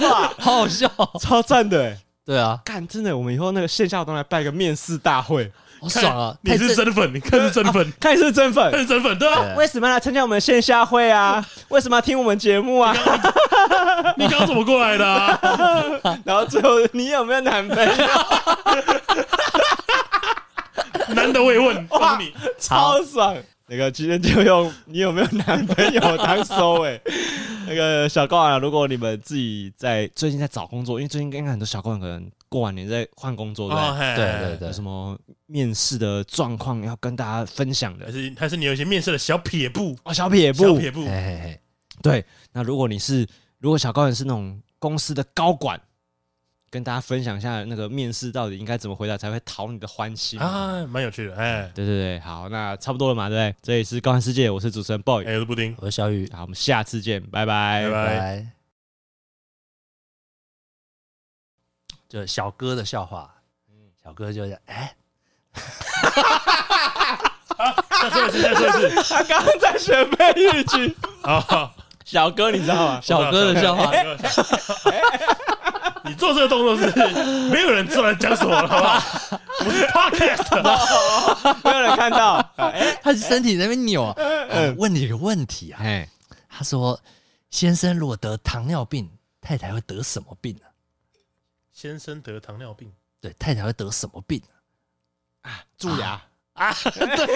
Speaker 3: 哇，好好笑哦，
Speaker 2: 超赞的欸。
Speaker 3: 对啊，
Speaker 2: 干，真的，我们以后那个线下活动来办一个面试大会，
Speaker 3: 好
Speaker 1: 看
Speaker 3: 爽啊！
Speaker 1: 你是
Speaker 3: 太正
Speaker 1: 真粉，你看是真 粉，
Speaker 2: 看你是不是真
Speaker 1: 看
Speaker 2: 粉。
Speaker 1: 是真粉，对啊。
Speaker 3: 对
Speaker 2: 为什么要来参加我们的线下会啊？为什么要听我们节目啊？
Speaker 1: 你刚怎么过来的 啊？
Speaker 2: 然后最后你有没有男朋 友？
Speaker 1: 难得我也问，告 诉你，
Speaker 2: 超爽！那个今天就用你有没有男朋友当收尾。那个小高啊，如果你们自己在最近在找工作，因为最近应该很多小高可能过完年在换工作，对不对？
Speaker 1: 哦对
Speaker 3: 对对对
Speaker 2: 有什么面试的状况要跟大家分享
Speaker 1: 还
Speaker 2: 的？
Speaker 1: 是还是你有一些面试的小撇步，
Speaker 2: 哦，小撇
Speaker 1: 呃小
Speaker 2: 步，
Speaker 1: 撇步
Speaker 3: 嘿，嘿嘿，
Speaker 2: 对，那如果你是如果小高人是那种公司的高管，跟大家分享一下那个面试到底应该怎么回答才会讨你的欢心啊。
Speaker 1: 啊，蛮有趣的，哎，
Speaker 2: 对对对，好，那差不多了嘛，对不对？这里是《高玩世界》，我是主持人 boy，、
Speaker 1: 哎，我是布丁，
Speaker 3: 我是小雨，
Speaker 2: 好，我们下次见，拜拜。
Speaker 1: 拜拜。
Speaker 3: 拜。就小哥的笑话，小哥就是哎，
Speaker 1: 再说一次，再说一次，
Speaker 2: 他刚刚在学背日 剧，
Speaker 1: 啊，好
Speaker 2: 小哥你知道吗？
Speaker 3: 小哥的笑话，
Speaker 1: 你做这个动作是没有人知道你讲什么了，好不好？我们是 podcast，
Speaker 2: 没有人看到。 哎
Speaker 3: 他身体在那边扭啊。我问你一个问题啊，
Speaker 2: 哎，
Speaker 3: 他说：“先生如果得糖尿病，太太会得什么病呢、
Speaker 1: 先生得糖尿病，
Speaker 3: 对，太太会得什么病、啊？
Speaker 2: 蛀牙。
Speaker 3: 对、